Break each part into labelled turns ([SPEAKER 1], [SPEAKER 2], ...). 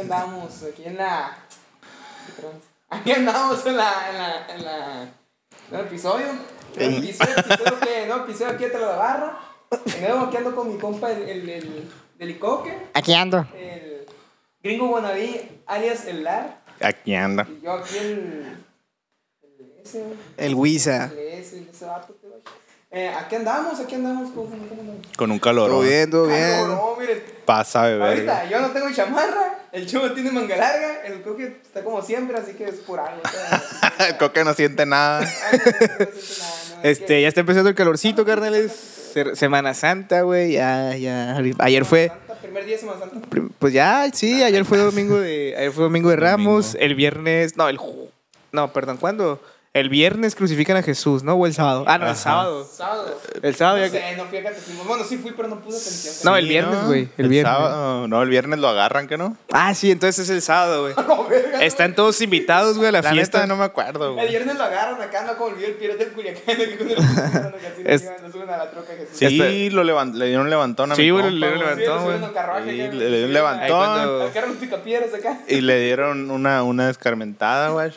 [SPEAKER 1] andábamos aquí en la. ¿qué trans? Aquí andábamos en la. en la. en la. en el episodio. En el piso, el piso que. No, el piso aquí te lo agarro. Y luego aquí ando con mi compa el, el, el del Icoque,
[SPEAKER 2] Aquí ando.
[SPEAKER 1] el gringo wannabe, alias el Lar,
[SPEAKER 3] Aquí anda.
[SPEAKER 1] y yo aquí el. el ese,
[SPEAKER 4] El Wisa.
[SPEAKER 1] el ese, ese vato, te va. Eh, aquí andamos, aquí andamos, ¿cómo, cómo, cómo andamos?
[SPEAKER 3] Con un calor.
[SPEAKER 4] Todo bien, todo bien.
[SPEAKER 1] Ah, no, no, miren.
[SPEAKER 3] Pasa, bebé.
[SPEAKER 1] Ahorita yo no tengo chamarra, el chubo tiene manga larga, el coque está como siempre, así que es por algo. o sea, así que-
[SPEAKER 3] El coque no siente nada.
[SPEAKER 1] Ay, no, no, no, no, no, no,
[SPEAKER 4] Este, ya está empezando el calorcito, carnales. Se- Semana Santa, güey. Ya, ya. Ayer fue.
[SPEAKER 1] Semana Santa, primer día de Semana Santa.
[SPEAKER 4] prim- Pues ya, sí, ayer fue domingo de. Ayer fue domingo de Ramos. El viernes. No, el ju- No, perdón, ¿cuándo? El viernes crucifican a Jesús, ¿no? O el sábado. Ah, no, el
[SPEAKER 3] Ajá.
[SPEAKER 4] sábado.
[SPEAKER 1] Sábado.
[SPEAKER 4] El Eh, sábado ya
[SPEAKER 1] No sé, no fui a catecismo. Bueno, sí fui, pero no puse atención.
[SPEAKER 4] No, el viernes, güey, el viernes.
[SPEAKER 3] sábado- no, el viernes lo agarran, ¿qué no?
[SPEAKER 4] Ah, sí, entonces es el sábado, güey. Están todos invitados, güey, a la,
[SPEAKER 3] La
[SPEAKER 4] fiesta.
[SPEAKER 3] neta no me acuerdo,
[SPEAKER 1] El
[SPEAKER 3] güey.
[SPEAKER 1] viernes lo agarran acá, no como el video del pirata de Culiacán, que cuando lo suben, que así
[SPEAKER 4] Es-
[SPEAKER 1] lo llevan, lo suben a la troca que
[SPEAKER 3] Sí,
[SPEAKER 4] Este-
[SPEAKER 3] lo levan- le dieron un levantón a
[SPEAKER 4] Sí,
[SPEAKER 3] mi
[SPEAKER 4] güey,
[SPEAKER 3] compa,
[SPEAKER 4] le dieron
[SPEAKER 3] güey.
[SPEAKER 4] levantón.
[SPEAKER 1] lo suben
[SPEAKER 4] güey.
[SPEAKER 1] a un carruaje.
[SPEAKER 3] Sí,
[SPEAKER 1] acá,
[SPEAKER 3] le- le dio un
[SPEAKER 4] Ahí
[SPEAKER 3] levantón.
[SPEAKER 4] cuando-
[SPEAKER 1] Al carro de picapiedras acá.
[SPEAKER 3] Y le dieron una, una descarmentada, güey.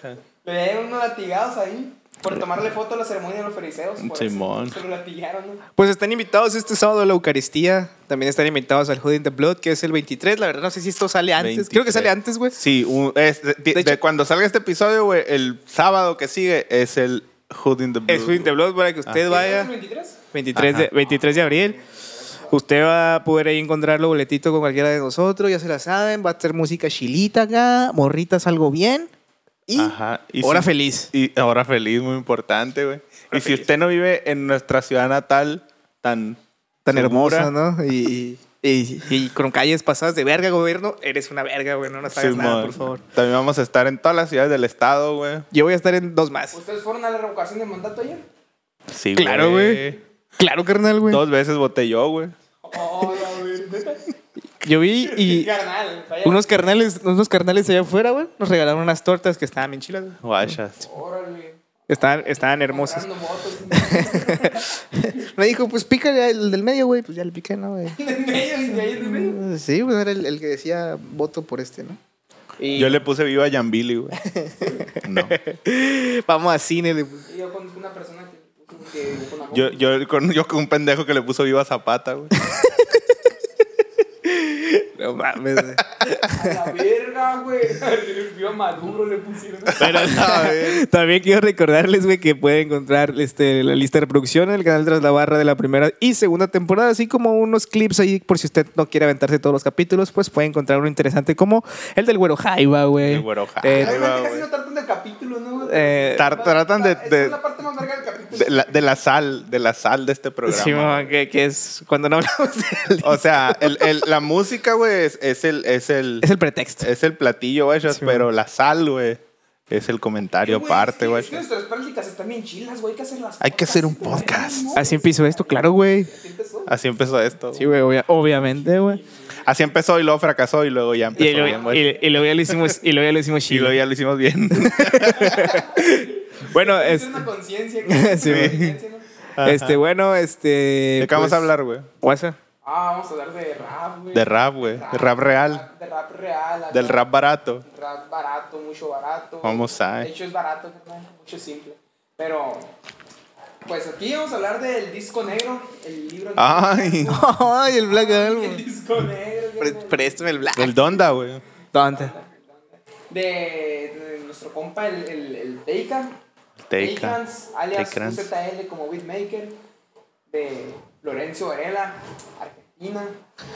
[SPEAKER 1] Le dieron unos latigados ahí por tomarle foto a la ceremonia de los fariseos. por eso.
[SPEAKER 3] Simón.
[SPEAKER 1] Se lo latigaron, ¿no?
[SPEAKER 4] Pues están invitados este sábado a la Eucaristía. También están invitados al Hood in the Blood, que es el 23. La verdad, no sé si esto sale antes. Creo que
[SPEAKER 3] 23.
[SPEAKER 4] sale antes, güey.
[SPEAKER 3] Sí, un- es- de, de
[SPEAKER 4] hecho-
[SPEAKER 3] cuando salga este episodio, güey, el sábado que sigue es el Hood in the Blue.
[SPEAKER 4] Es Hood in the Blood para que usted
[SPEAKER 3] Ah.
[SPEAKER 4] vaya.
[SPEAKER 1] ¿Es el 23?
[SPEAKER 4] 23 de, 23 de abril. Usted va a poder ahí encontrar los boletitos con cualquiera de nosotros, ya se la saben. Va a ser música chilita acá, morritas algo bien. Y,
[SPEAKER 3] Ajá, y
[SPEAKER 4] hora
[SPEAKER 3] sí.
[SPEAKER 4] feliz.
[SPEAKER 3] Y ahora feliz, muy importante, güey. Y si usted no vive en nuestra ciudad natal tan...
[SPEAKER 4] Tan
[SPEAKER 3] segura,
[SPEAKER 4] hermosa, ¿no? Y, y, y- y con calles pasadas de verga, gobierno. Eres una verga, güey. No nos hagas
[SPEAKER 3] Simón.
[SPEAKER 4] nada, por favor.
[SPEAKER 3] También vamos a estar en todas las ciudades del estado, güey.
[SPEAKER 4] Yo voy a estar en dos más.
[SPEAKER 1] ¿Ustedes fueron a la revocación del mandato ayer?
[SPEAKER 3] Sí,
[SPEAKER 4] Claro, güey. Claro, carnal, güey.
[SPEAKER 3] Dos veces voté yo, güey.
[SPEAKER 1] Oh, la verdad.
[SPEAKER 4] Yo vi y
[SPEAKER 1] Carnal, vaya.
[SPEAKER 4] unos carnales, unos carnales allá afuera, güey, nos regalaron unas tortas que estaban bien chilas. güey.
[SPEAKER 3] Guayas.
[SPEAKER 1] Órale.
[SPEAKER 4] Estaban, estaban hermosas.
[SPEAKER 1] Comprando motos.
[SPEAKER 4] Me dijo, pues pícale al del medio, güey. Pues ya le piqué, ¿no, güey?
[SPEAKER 1] En el medio, y ahí en el medio.
[SPEAKER 4] Sí, pues era el, el que decía voto por este, ¿no? Y
[SPEAKER 3] Yo le puse viva a Jambili, güey. No.
[SPEAKER 4] vamos a cine. le-
[SPEAKER 1] Y yo con una persona que puso que dibujó una
[SPEAKER 3] Yo, yo, con, yo con un pendejo que le puso viva Zapata, güey.
[SPEAKER 4] No mames, güey.
[SPEAKER 1] A la verga, güey. El tío Maduro le pusieron.
[SPEAKER 4] Pero también quiero recordarles, güey, que pueden encontrar este, la lista de reproducción en el canal Tras la Barra de la primera y segunda temporada, así como unos clips ahí por si usted no quiere aventarse todos los capítulos, pues puede encontrar uno interesante como el del Güero Jaiba, güey.
[SPEAKER 3] El Güero Jaiba.
[SPEAKER 4] Eh,
[SPEAKER 3] Ahí va,
[SPEAKER 1] Realmente casi
[SPEAKER 3] güey.
[SPEAKER 1] no tratan del capítulo, ¿no? güey?
[SPEAKER 4] eh,
[SPEAKER 3] Tar- tratan de,
[SPEAKER 1] Esa es
[SPEAKER 3] de,
[SPEAKER 1] la parte más larga del capítulo.
[SPEAKER 3] de la, de la sal, de la sal de este programa.
[SPEAKER 4] sí, mamá, que, que es cuando no hablamos de él.
[SPEAKER 3] O sea, el, el- la música, güey, es, es el, es, el,
[SPEAKER 4] Es el pretexto.
[SPEAKER 3] es el platillo, güey, pero la sal, güey, es el comentario
[SPEAKER 1] Güey,
[SPEAKER 3] aparte,
[SPEAKER 1] es que-
[SPEAKER 3] güey.
[SPEAKER 1] Es que nuestras prácticas están bien chilas, güey. Hay que hacer las
[SPEAKER 3] Hay que hacer un
[SPEAKER 1] podcasts, güey,
[SPEAKER 3] podcast.
[SPEAKER 1] ¿no?
[SPEAKER 4] Así empiezo esto, claro, güey.
[SPEAKER 1] Así empezó.
[SPEAKER 3] Así empezó esto.
[SPEAKER 4] Sí, güey, obvia- obviamente, güey.
[SPEAKER 3] Así empezó y luego fracasó y luego ya empezó.
[SPEAKER 4] Y
[SPEAKER 3] bien,
[SPEAKER 4] luego,
[SPEAKER 3] güey.
[SPEAKER 4] y, y luego ya lo hicimos, y luego ya lo hicimos
[SPEAKER 3] Y luego
[SPEAKER 4] chido.
[SPEAKER 3] ya lo hicimos bien.
[SPEAKER 4] Bueno,
[SPEAKER 1] Es
[SPEAKER 4] este,
[SPEAKER 1] una conciencia. que-
[SPEAKER 4] Sí,
[SPEAKER 1] una
[SPEAKER 4] güey.
[SPEAKER 1] conciencia, ¿no?
[SPEAKER 4] este, bueno, este.
[SPEAKER 3] ¿De qué vamos
[SPEAKER 4] pues,
[SPEAKER 3] a hablar, güey?
[SPEAKER 4] WhatsApp.
[SPEAKER 1] Ah, vamos a hablar de rap, güey.
[SPEAKER 3] De rap, güey. De rap real.
[SPEAKER 1] De rap real. acá.
[SPEAKER 3] Del rap barato.
[SPEAKER 1] Rap barato, mucho barato.
[SPEAKER 3] Vamos a-
[SPEAKER 1] De hecho es barato, carnal, mucho simple. Pero, pues aquí vamos a hablar del disco negro, el libro negro.
[SPEAKER 3] Ay.
[SPEAKER 4] Ay, el Black
[SPEAKER 1] El
[SPEAKER 4] Album.
[SPEAKER 1] disco negro. carnal.
[SPEAKER 4] Préstame el Black.
[SPEAKER 3] El Donda, güey.
[SPEAKER 4] ¿Dónde?
[SPEAKER 1] De, de nuestro compa, el, el, el Taika.
[SPEAKER 3] Teca.
[SPEAKER 1] Taikans, alias
[SPEAKER 3] Taikans.
[SPEAKER 1] UZL como beatmaker. De Lorenzo Varela, Argentina.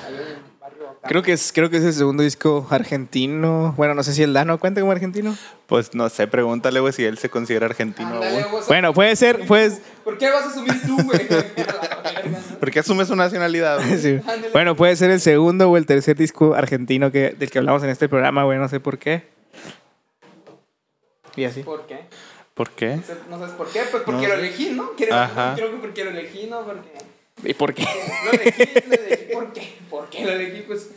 [SPEAKER 1] ahí en el barrio acá.
[SPEAKER 4] Creo que es, creo que es el segundo disco argentino. Bueno, no sé si el Dano cuenta como argentino.
[SPEAKER 3] Pues no sé, pregúntale, güey, si él se considera argentino,
[SPEAKER 1] Ándale,
[SPEAKER 3] güey.
[SPEAKER 1] vos-
[SPEAKER 4] Bueno, puede ser, pues.
[SPEAKER 1] ¿Por qué vas a asumir tú, güey? A la verga, ¿no?
[SPEAKER 3] ¿Por qué asume su nacionalidad, güey?
[SPEAKER 4] sí. Bueno, puede ser el segundo o el tercer disco argentino que, del que hablamos en este programa, güey. No sé por qué. Y así.
[SPEAKER 1] ¿Por qué?
[SPEAKER 3] ¿Por qué?
[SPEAKER 1] No sé- No sabes por qué, pues porque
[SPEAKER 3] No.
[SPEAKER 1] lo elegí, ¿no? Quiero-
[SPEAKER 3] Ajá.
[SPEAKER 1] Creo que porque lo elegí, ¿no? Porque
[SPEAKER 4] ¿Y por qué?
[SPEAKER 1] lo elegí, lo elegí. ¿Por qué? ¿Por qué lo elegí? Pues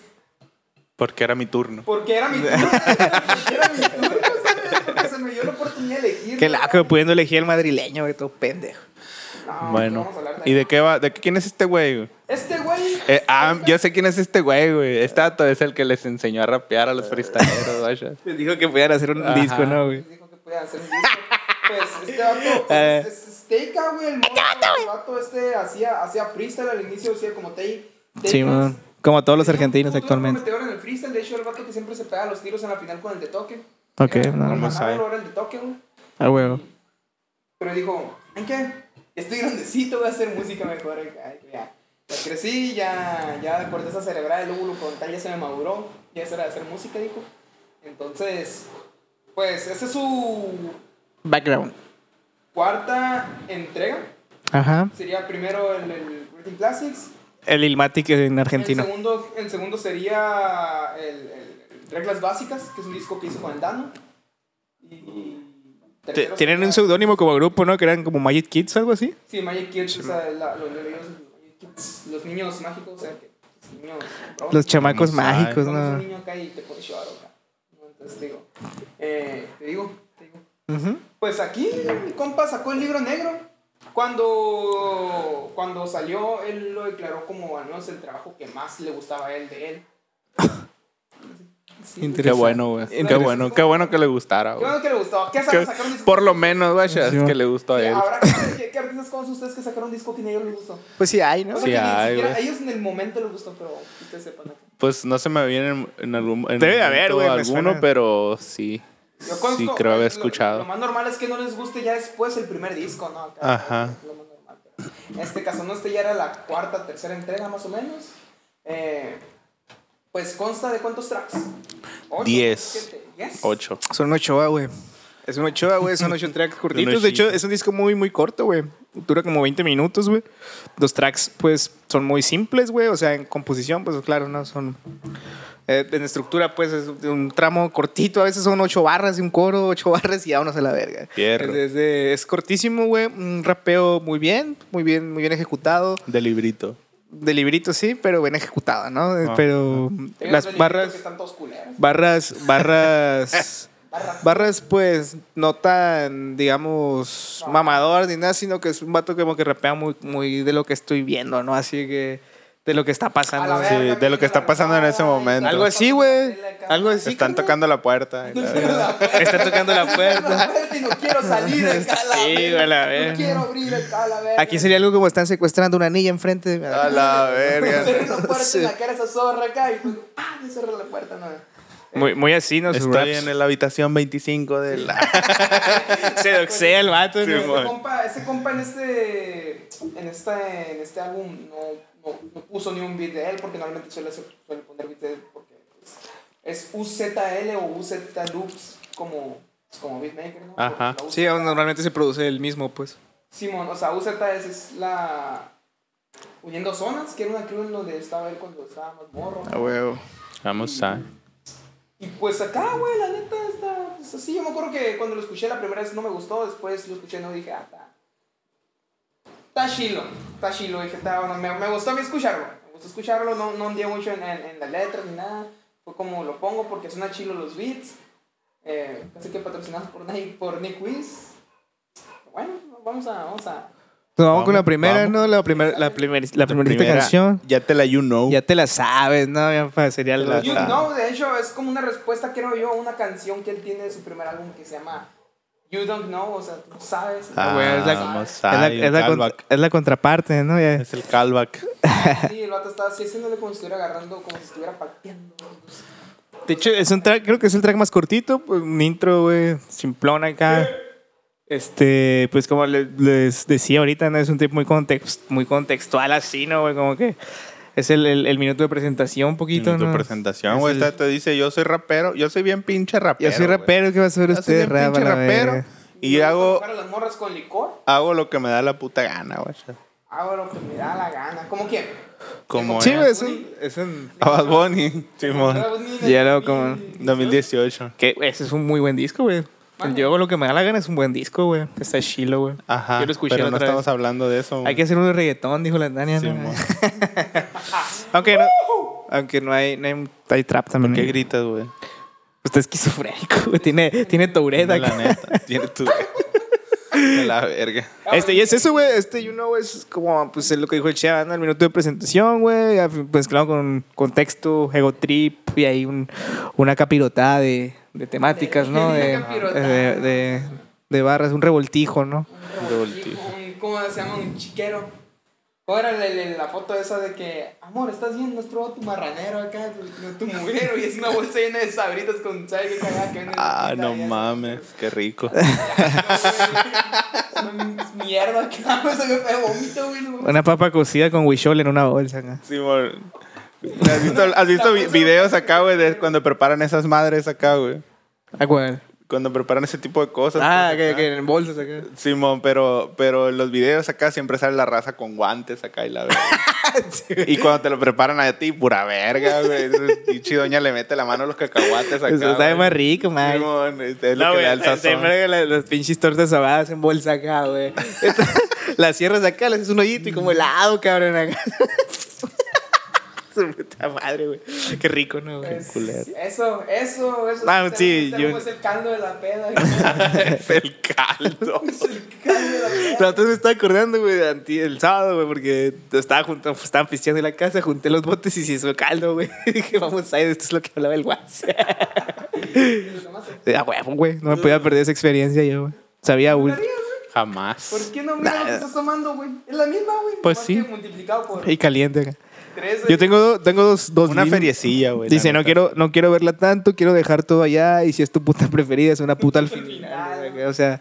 [SPEAKER 3] Porque era mi turno.
[SPEAKER 1] porque era mi turno. Porque era mi turno. o sea, Porque se me dio la oportunidad de elegir.
[SPEAKER 4] Qué
[SPEAKER 1] ¿no?
[SPEAKER 4] laco, pudiendo elegir el madrileño, güey, todo pendejo.
[SPEAKER 1] No, no
[SPEAKER 3] Bueno.
[SPEAKER 1] Ah, vamos a hablar de
[SPEAKER 3] ¿Y de qué va? ¿De qué- quién es este güey? güey?
[SPEAKER 1] Este güey.
[SPEAKER 3] Eh, ah, yo sé quién es este güey, güey. Este dato es el que les enseñó a rapear a los freestyleros, vaya.
[SPEAKER 4] Les dijo que podían hacer un
[SPEAKER 3] Ajá.
[SPEAKER 4] disco, ¿no, güey?
[SPEAKER 1] pues, Dijo que podía hacer un disco. Pues este vato,
[SPEAKER 4] Eh.
[SPEAKER 1] pues, es, es Teika, güey, el mono, el vato este hacía, hacía freestyle al inicio, hacía como Tei. Teikas.
[SPEAKER 4] Sí, man. Como todos los
[SPEAKER 1] Es un
[SPEAKER 4] argentinos
[SPEAKER 1] futuro
[SPEAKER 4] actualmente.
[SPEAKER 1] prometedor en el freestyle, de hecho, el vato que siempre se pega los tiros en la final con el de toque. Eh,
[SPEAKER 4] Ok,
[SPEAKER 1] Era
[SPEAKER 4] no,
[SPEAKER 1] un
[SPEAKER 3] no sabe.
[SPEAKER 1] ganador, Era el de toque, güey.
[SPEAKER 4] A huevo.
[SPEAKER 1] Pero dijo, ¿en qué? Estoy grandecito, voy a hacer música mejor. Ay, ya. Ya crecí, ya, ya corté esa cerebral, el lóbulo frontal ya se me maduró, ya es hora de hacer música, dijo. Entonces, pues, esa es su
[SPEAKER 4] Background.
[SPEAKER 1] cuarta entrega.
[SPEAKER 4] Ajá.
[SPEAKER 1] Sería primero el, el Rhythm Classics.
[SPEAKER 4] El Ilmatic en
[SPEAKER 1] El
[SPEAKER 4] argentino.
[SPEAKER 1] segundo, el segundo sería el, el- el Reglas Básicas, que es un disco que hizo con el Dano. Y
[SPEAKER 4] Te-
[SPEAKER 1] tercero
[SPEAKER 4] Tienen
[SPEAKER 1] sería-
[SPEAKER 4] un seudónimo como grupo, ¿no? Que eran como Magic Kids o algo así.
[SPEAKER 1] Sí, Magic Kids, o sea, la- los, los niños, los niños mágicos, o sea, que los niños... ¿no?
[SPEAKER 4] Los chamacos
[SPEAKER 3] No sabe.
[SPEAKER 4] mágicos,
[SPEAKER 1] Cuando es
[SPEAKER 4] ¿no?
[SPEAKER 1] un niño acá y te pone llorar, acá. ¿no? Entonces digo, eh, te digo, te digo.
[SPEAKER 4] Ujú.
[SPEAKER 1] Pues aquí mi compa sacó el libro negro. Cuando, cuando salió, él lo declaró como al menos el trabajo que más le gustaba a él de él. Sí.
[SPEAKER 4] Interesante.
[SPEAKER 3] Qué bueno, güey. Qué
[SPEAKER 4] Interesante.
[SPEAKER 3] bueno, qué bueno que le gustara,
[SPEAKER 1] Qué
[SPEAKER 3] güey.
[SPEAKER 1] bueno que le gustaba. ¿Qué
[SPEAKER 3] Que-
[SPEAKER 1] sacaron un disco?
[SPEAKER 3] por lo menos, vaya,
[SPEAKER 4] Sí,
[SPEAKER 3] que le gustó a
[SPEAKER 1] Sí, ah.
[SPEAKER 3] él.
[SPEAKER 1] Ahora, ¿qué, qué artistas conocen ustedes que sacaron un disco que ni a ellos les gustó?
[SPEAKER 4] Pues sí, hay,
[SPEAKER 1] O sea,
[SPEAKER 3] Sí,
[SPEAKER 1] que ni
[SPEAKER 3] hay,
[SPEAKER 1] siquiera
[SPEAKER 3] güey.
[SPEAKER 1] a ellos en el momento les gustó, pero que ustedes sepan. acá.
[SPEAKER 3] Pues no se me viene en, en algún en
[SPEAKER 4] Debe de
[SPEAKER 3] momento
[SPEAKER 4] haber, güey, me
[SPEAKER 3] alguno,
[SPEAKER 4] suena.
[SPEAKER 3] pero sí.
[SPEAKER 1] Yo conozco-
[SPEAKER 3] Sí, creo haber
[SPEAKER 1] lo- Lo,
[SPEAKER 3] escuchado.
[SPEAKER 1] más normal es que no les guste ya después el primer disco, ¿no? Acá,
[SPEAKER 3] Ajá.
[SPEAKER 1] es lo más normal. En este caso, no, este ya era la cuarta, tercera entrega más o menos. Eh, pues consta de cuántos tracks? ¿Ocho?
[SPEAKER 3] Diez.
[SPEAKER 1] ¿Siete? ¿Diez?
[SPEAKER 3] Ocho.
[SPEAKER 4] Son Ochoa, güey. Es un Ochoa, güey. Son ocho tracks cortitos.
[SPEAKER 3] Son
[SPEAKER 4] De hecho,
[SPEAKER 3] ochitos.
[SPEAKER 4] es un disco muy, muy corto, güey. Dura como 20 minutos, güey. Los tracks, pues, son muy simples, güey. O sea, en composición, pues, claro, ¿no? Son... eh, en estructura, pues, es un tramo cortito. A veces son ocho barras y un coro, ocho barras y vámonos a la verga.
[SPEAKER 3] Fierro.
[SPEAKER 4] Es, es de- es cortísimo, güey. Un rapeo muy bien, muy bien, muy bien ejecutado.
[SPEAKER 3] De librito.
[SPEAKER 4] De librito, sí, pero bien ejecutado, ¿no? Eh,
[SPEAKER 3] Ah,
[SPEAKER 4] pero
[SPEAKER 1] Hay unos
[SPEAKER 4] las
[SPEAKER 1] del
[SPEAKER 4] barras...
[SPEAKER 1] que están todos culeros.
[SPEAKER 4] Barras, barras...
[SPEAKER 1] Barra.
[SPEAKER 4] Barras, pues, no tan, digamos, mamador ni nada, sino que es un vato como que rapea muy, muy de lo que estoy viendo, ¿no? Así que, de lo que está
[SPEAKER 1] A la
[SPEAKER 4] pasando.
[SPEAKER 3] Sí,
[SPEAKER 1] verga,
[SPEAKER 3] de lo que está pasando en ese momento.
[SPEAKER 4] Algo así, güey. Algo así.
[SPEAKER 3] Están tocando la puerta. y la verga.
[SPEAKER 4] Está tocando la puerta.
[SPEAKER 1] La verga, y no quiero salir de acá, la
[SPEAKER 4] Sí,
[SPEAKER 1] verga.
[SPEAKER 4] a la verga.
[SPEAKER 1] No quiero abrir acá, la verga.
[SPEAKER 4] Aquí sería algo como están secuestrando una niña enfrente. de-
[SPEAKER 3] A la
[SPEAKER 1] Pero
[SPEAKER 3] verga.
[SPEAKER 1] no parte en la cara esa zorra acá y pues, ah, me cerró la puerta, no.
[SPEAKER 4] Muy, muy así, ¿no? Sus
[SPEAKER 3] Estoy
[SPEAKER 4] raps.
[SPEAKER 3] en la habitación 25 de la...
[SPEAKER 4] Se doxea el vato, ¿no?
[SPEAKER 3] Sí, mo-
[SPEAKER 1] Ese compa, ese compa en este, en este, en este álbum no, no, no puso ni un beat de él porque normalmente suele, hacer- suele poner beat de él porque pues, es UZL o UZ Loops como, como beatmaker, ¿no?
[SPEAKER 3] Ajá.
[SPEAKER 1] La UZ
[SPEAKER 4] Sí, normalmente se produce el mismo, pues.
[SPEAKER 1] Simón, o sea, UZ es, es la uniendo zonas, que era una crew en donde estaba él cuando estaba más morro.
[SPEAKER 4] huevo.
[SPEAKER 3] Vamos a...
[SPEAKER 1] Y pues acá, güey, la neta está. Pues así, yo me acuerdo que cuando lo escuché la primera vez no me gustó, después lo escuché y no dije, ah, está. Está chilo, está chilo, dije, está bueno, me, me gustó a mí escucharlo. Me gustó escucharlo, no, no andé mucho en, en, en las letras ni nada. Fue como lo pongo porque suena chilo los beats. Eh, así que patrocinados por, Nike- por Nick Wiz. Bueno, vamos a. Vamos a
[SPEAKER 4] Nos vamos con la
[SPEAKER 3] Vamos,
[SPEAKER 4] primera,
[SPEAKER 3] vamos.
[SPEAKER 4] ¿no? La, primer, la, primer, la primerita
[SPEAKER 3] Primera,
[SPEAKER 4] canción.
[SPEAKER 3] Ya te la you know.
[SPEAKER 4] Ya te la sabes, ¿no? Ya pa- sería algo.
[SPEAKER 3] la
[SPEAKER 1] You
[SPEAKER 3] Ajá.
[SPEAKER 1] Know, de hecho, es como una respuesta, creo yo, a una canción que él tiene de su primer álbum que se llama You Don't Know, o sea, tú no sabes.
[SPEAKER 3] Ah,
[SPEAKER 4] güey, es la-
[SPEAKER 3] vamos
[SPEAKER 4] Es
[SPEAKER 3] a...
[SPEAKER 4] la, es la
[SPEAKER 3] el
[SPEAKER 4] contra-
[SPEAKER 3] callback.
[SPEAKER 4] es la contraparte, ¿no? Ya-
[SPEAKER 3] Es el callback.
[SPEAKER 1] Sí, el vato estaba así haciéndole como si estuviera agarrando, como si estuviera pateando.
[SPEAKER 4] De hecho, es un track, creo que es el track más cortito, pues, un intro, güey, simplón acá. Este, pues como le- les decía ahorita, ¿no? Es un tipo muy, context, muy contextual así, ¿no, güey? Como que es el, el- el minuto de presentación un poquito,
[SPEAKER 3] En tu
[SPEAKER 4] ¿no?
[SPEAKER 3] presentación,
[SPEAKER 4] Es
[SPEAKER 3] güey.
[SPEAKER 4] el-
[SPEAKER 3] esta te dice, yo soy rapero. Yo soy bien pinche rapero.
[SPEAKER 4] Yo soy
[SPEAKER 3] güey.
[SPEAKER 4] rapero, ¿qué va a hacer
[SPEAKER 3] Yo Ah, soy
[SPEAKER 4] usted,
[SPEAKER 3] bien pinche
[SPEAKER 4] rapa, la
[SPEAKER 3] rapero.
[SPEAKER 4] verga?
[SPEAKER 3] Y
[SPEAKER 1] Me gusta
[SPEAKER 3] hago,
[SPEAKER 1] mojar a las morras con licor,
[SPEAKER 3] hago lo que me da la puta gana, güey.
[SPEAKER 1] hago lo que me da la gana. ¿Cómo quién?
[SPEAKER 3] Como
[SPEAKER 4] Sí,
[SPEAKER 3] es.
[SPEAKER 4] güey, es un... Es un
[SPEAKER 3] A Bad Bunny, Simón.
[SPEAKER 4] Ya luego como-
[SPEAKER 3] 2018.
[SPEAKER 4] que, güey, ese es un muy buen disco, güey. El Yo hago lo que me da la gana es un buen disco, güey. Está chilo, güey.
[SPEAKER 3] Ajá.
[SPEAKER 4] Yo lo escuché
[SPEAKER 3] pero
[SPEAKER 4] la
[SPEAKER 3] no
[SPEAKER 4] otra
[SPEAKER 3] estamos
[SPEAKER 4] vez.
[SPEAKER 3] hablando de eso.
[SPEAKER 4] Hay que hacer uno de reggaetón, dijo la Tania. ¿no?
[SPEAKER 3] Simón.
[SPEAKER 4] Aunque no, aunque no hay, no hay, hay trap también. ¿eh?
[SPEAKER 3] ¿Qué
[SPEAKER 4] ahí.
[SPEAKER 3] gritas, güey?
[SPEAKER 4] Usted es esquizofrénico, güey. Tiene, tiene Tourette
[SPEAKER 3] La
[SPEAKER 4] acá.
[SPEAKER 3] neta. Tiene tu... De la verga.
[SPEAKER 4] Este, y es eso, güey. Este, you know, es como, pues, es lo que dijo el Chea, ¿no? El minuto de presentación, güey. ya, Pues, claro, con contexto, ego trip y ahí un, una capirotada de, de temáticas, ¿no?
[SPEAKER 1] Una
[SPEAKER 4] De,
[SPEAKER 1] capirotada.
[SPEAKER 4] de, de- de barras, un revoltijo, ¿no?
[SPEAKER 1] Un revoltijo, un- ¿Cómo se llama? Un chiquero. Órale la foto esa de que, amor, estás bien, nuestro tu marranero acá, tu, tu mugrero, y es una bolsa llena de sabritas con sal que cagada que venden en la
[SPEAKER 3] Ah,
[SPEAKER 1] tienda
[SPEAKER 3] no
[SPEAKER 1] y eso.
[SPEAKER 3] mames, qué rico.
[SPEAKER 1] No, güey. Mierda, acá, eso me pega vómito, güey. no.
[SPEAKER 4] Una papa cocida con huichol en una bolsa, ¿no?
[SPEAKER 3] Simón. ¿Has visto, has visto vi- videos acá, güey, de cuando preparan esas madres acá, güey?
[SPEAKER 4] ¿A Ah, cuál?
[SPEAKER 3] Cuando preparan ese tipo de cosas.
[SPEAKER 4] Ah,
[SPEAKER 3] pues,
[SPEAKER 4] que,
[SPEAKER 3] acá.
[SPEAKER 4] en bolsas acá.
[SPEAKER 3] Simón, pero, pero en los videos acá siempre sale la raza con guantes acá y la verga. y cuando te lo preparan a ti, pura verga, güey. Y chidoña le mete la mano a los cacahuates acá.
[SPEAKER 4] Eso sabe
[SPEAKER 3] güey.
[SPEAKER 4] más rico, man.
[SPEAKER 3] Simón, este, es lo
[SPEAKER 4] No,
[SPEAKER 3] que le da
[SPEAKER 4] güey,
[SPEAKER 3] el sazón.
[SPEAKER 4] siempre que la- las, pinches tortas ahogadas en bolsa acá, güey. Esta- las cierras acá, le haces un hoyito y como helado, cabrón, acá. Su puta madre, güey. Qué rico, ¿no, güey?
[SPEAKER 1] Pues, Eso, eso, eso.
[SPEAKER 4] Ah,
[SPEAKER 1] es-
[SPEAKER 4] sí,
[SPEAKER 1] es-
[SPEAKER 4] yo-
[SPEAKER 1] es el caldo de la peda. güey.
[SPEAKER 3] es el caldo.
[SPEAKER 1] Es el caldo de la peda.
[SPEAKER 4] La otra vez me estaba acordando, güey, de anti- el sábado, güey, porque estaba junto, estaban pisteando en la casa, junté los botes y se hizo caldo, güey. Dije, vamos a ir, esto es lo que hablaba el guas.
[SPEAKER 1] Lo tomaste.
[SPEAKER 4] Ah, huevo, güey, no me podía perder esa experiencia yo, güey. Sabía
[SPEAKER 1] ¿Lo
[SPEAKER 4] último.
[SPEAKER 1] harías, güey? ¿Por
[SPEAKER 3] Jamás.
[SPEAKER 1] qué no mira lo que estás tomando, güey? Es la misma, güey.
[SPEAKER 4] Pues
[SPEAKER 1] nomás
[SPEAKER 4] sí.
[SPEAKER 1] que multiplicado por
[SPEAKER 4] Y caliente acá.
[SPEAKER 1] tres.
[SPEAKER 4] Yo
[SPEAKER 1] güey.
[SPEAKER 4] tengo, do- tengo dos, dos
[SPEAKER 3] Una
[SPEAKER 4] líneas.
[SPEAKER 3] feriecilla, güey. la
[SPEAKER 4] Dice, no
[SPEAKER 3] neta.
[SPEAKER 4] quiero, no quiero verla tanto, quiero dejar todo allá y si es tu puta preferida, es una puta al
[SPEAKER 1] final,
[SPEAKER 4] final. güey. O sea,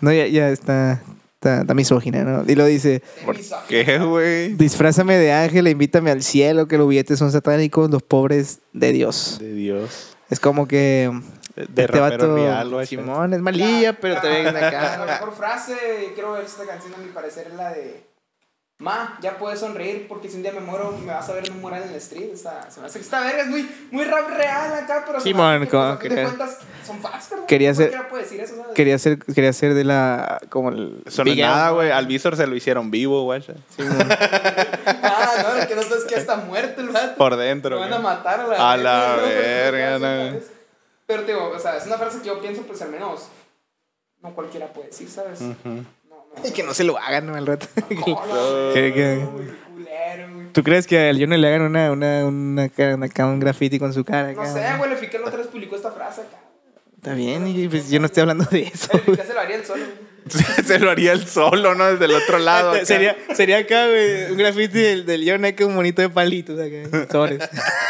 [SPEAKER 4] no, ya, ya está, está, está misógina, ¿no? Y lo dice,
[SPEAKER 3] ¿Por qué, güey?
[SPEAKER 4] disfrázame de ángel, e invítame al cielo, que los billetes son satánicos, los pobres de Dios.
[SPEAKER 3] De Dios. Este
[SPEAKER 4] Es como que... este
[SPEAKER 3] De, de rapero real, güey.
[SPEAKER 4] Simón, es malilla, pero te ven
[SPEAKER 1] La
[SPEAKER 4] acá.
[SPEAKER 1] mejor frase, quiero ver esta canción, a mi parecer, es la de. Ma, ya puedes sonreír porque si un día me muero, me vas a ver en un mural en el street. Está, se me hace que esta verga es muy, muy rap real acá, pero. se me
[SPEAKER 4] Simón,
[SPEAKER 1] hace que,
[SPEAKER 4] como
[SPEAKER 1] pues, a fin de
[SPEAKER 4] quería-
[SPEAKER 1] cuentas, son fast, güey.
[SPEAKER 4] Quería hacer-
[SPEAKER 1] Cualquiera puede decir eso, ¿sabes?
[SPEAKER 4] Quería ser, quería ser de la... Como el...
[SPEAKER 3] Eso no es
[SPEAKER 4] Big L.
[SPEAKER 3] nada, güey. Al Visor se lo hicieron vivo, güey.
[SPEAKER 4] Simón.
[SPEAKER 1] Ah, no, el que no sabes que ya está muerto el vato.
[SPEAKER 3] Por
[SPEAKER 1] Lo
[SPEAKER 3] dentro.
[SPEAKER 1] van a
[SPEAKER 3] güey.
[SPEAKER 1] matar a la
[SPEAKER 3] A la
[SPEAKER 1] ¿no? Porque
[SPEAKER 3] verga,
[SPEAKER 1] lo hacen,
[SPEAKER 3] no.
[SPEAKER 1] ¿sabes? Pero te digo, o sea, es una frase que yo pienso, pues al menos. No cualquiera puede decir, ¿sabes? No,
[SPEAKER 4] Y que no se lo hagan, ¿no? Al rato.
[SPEAKER 1] no. Hola,
[SPEAKER 4] Que- que-
[SPEAKER 1] güey, culero, güey.
[SPEAKER 4] ¿Tú crees que al Johnny le hagan una, una, una, ca- una ca- un graffiti con su cara?
[SPEAKER 1] No
[SPEAKER 4] acá?
[SPEAKER 1] sé, güey, el Fiquel otra vez publicó esta frase acá.
[SPEAKER 4] Está bien, y pues yo no estoy hablando de eso.
[SPEAKER 1] El
[SPEAKER 4] güey.
[SPEAKER 1] Fiquel se lo haría él solo. güey.
[SPEAKER 3] se lo haría él solo, ¿no? Desde el otro lado. acá.
[SPEAKER 4] sería, sería acá, güey, un graffiti del, del Johnny acá, un monito de palitos acá, sobres.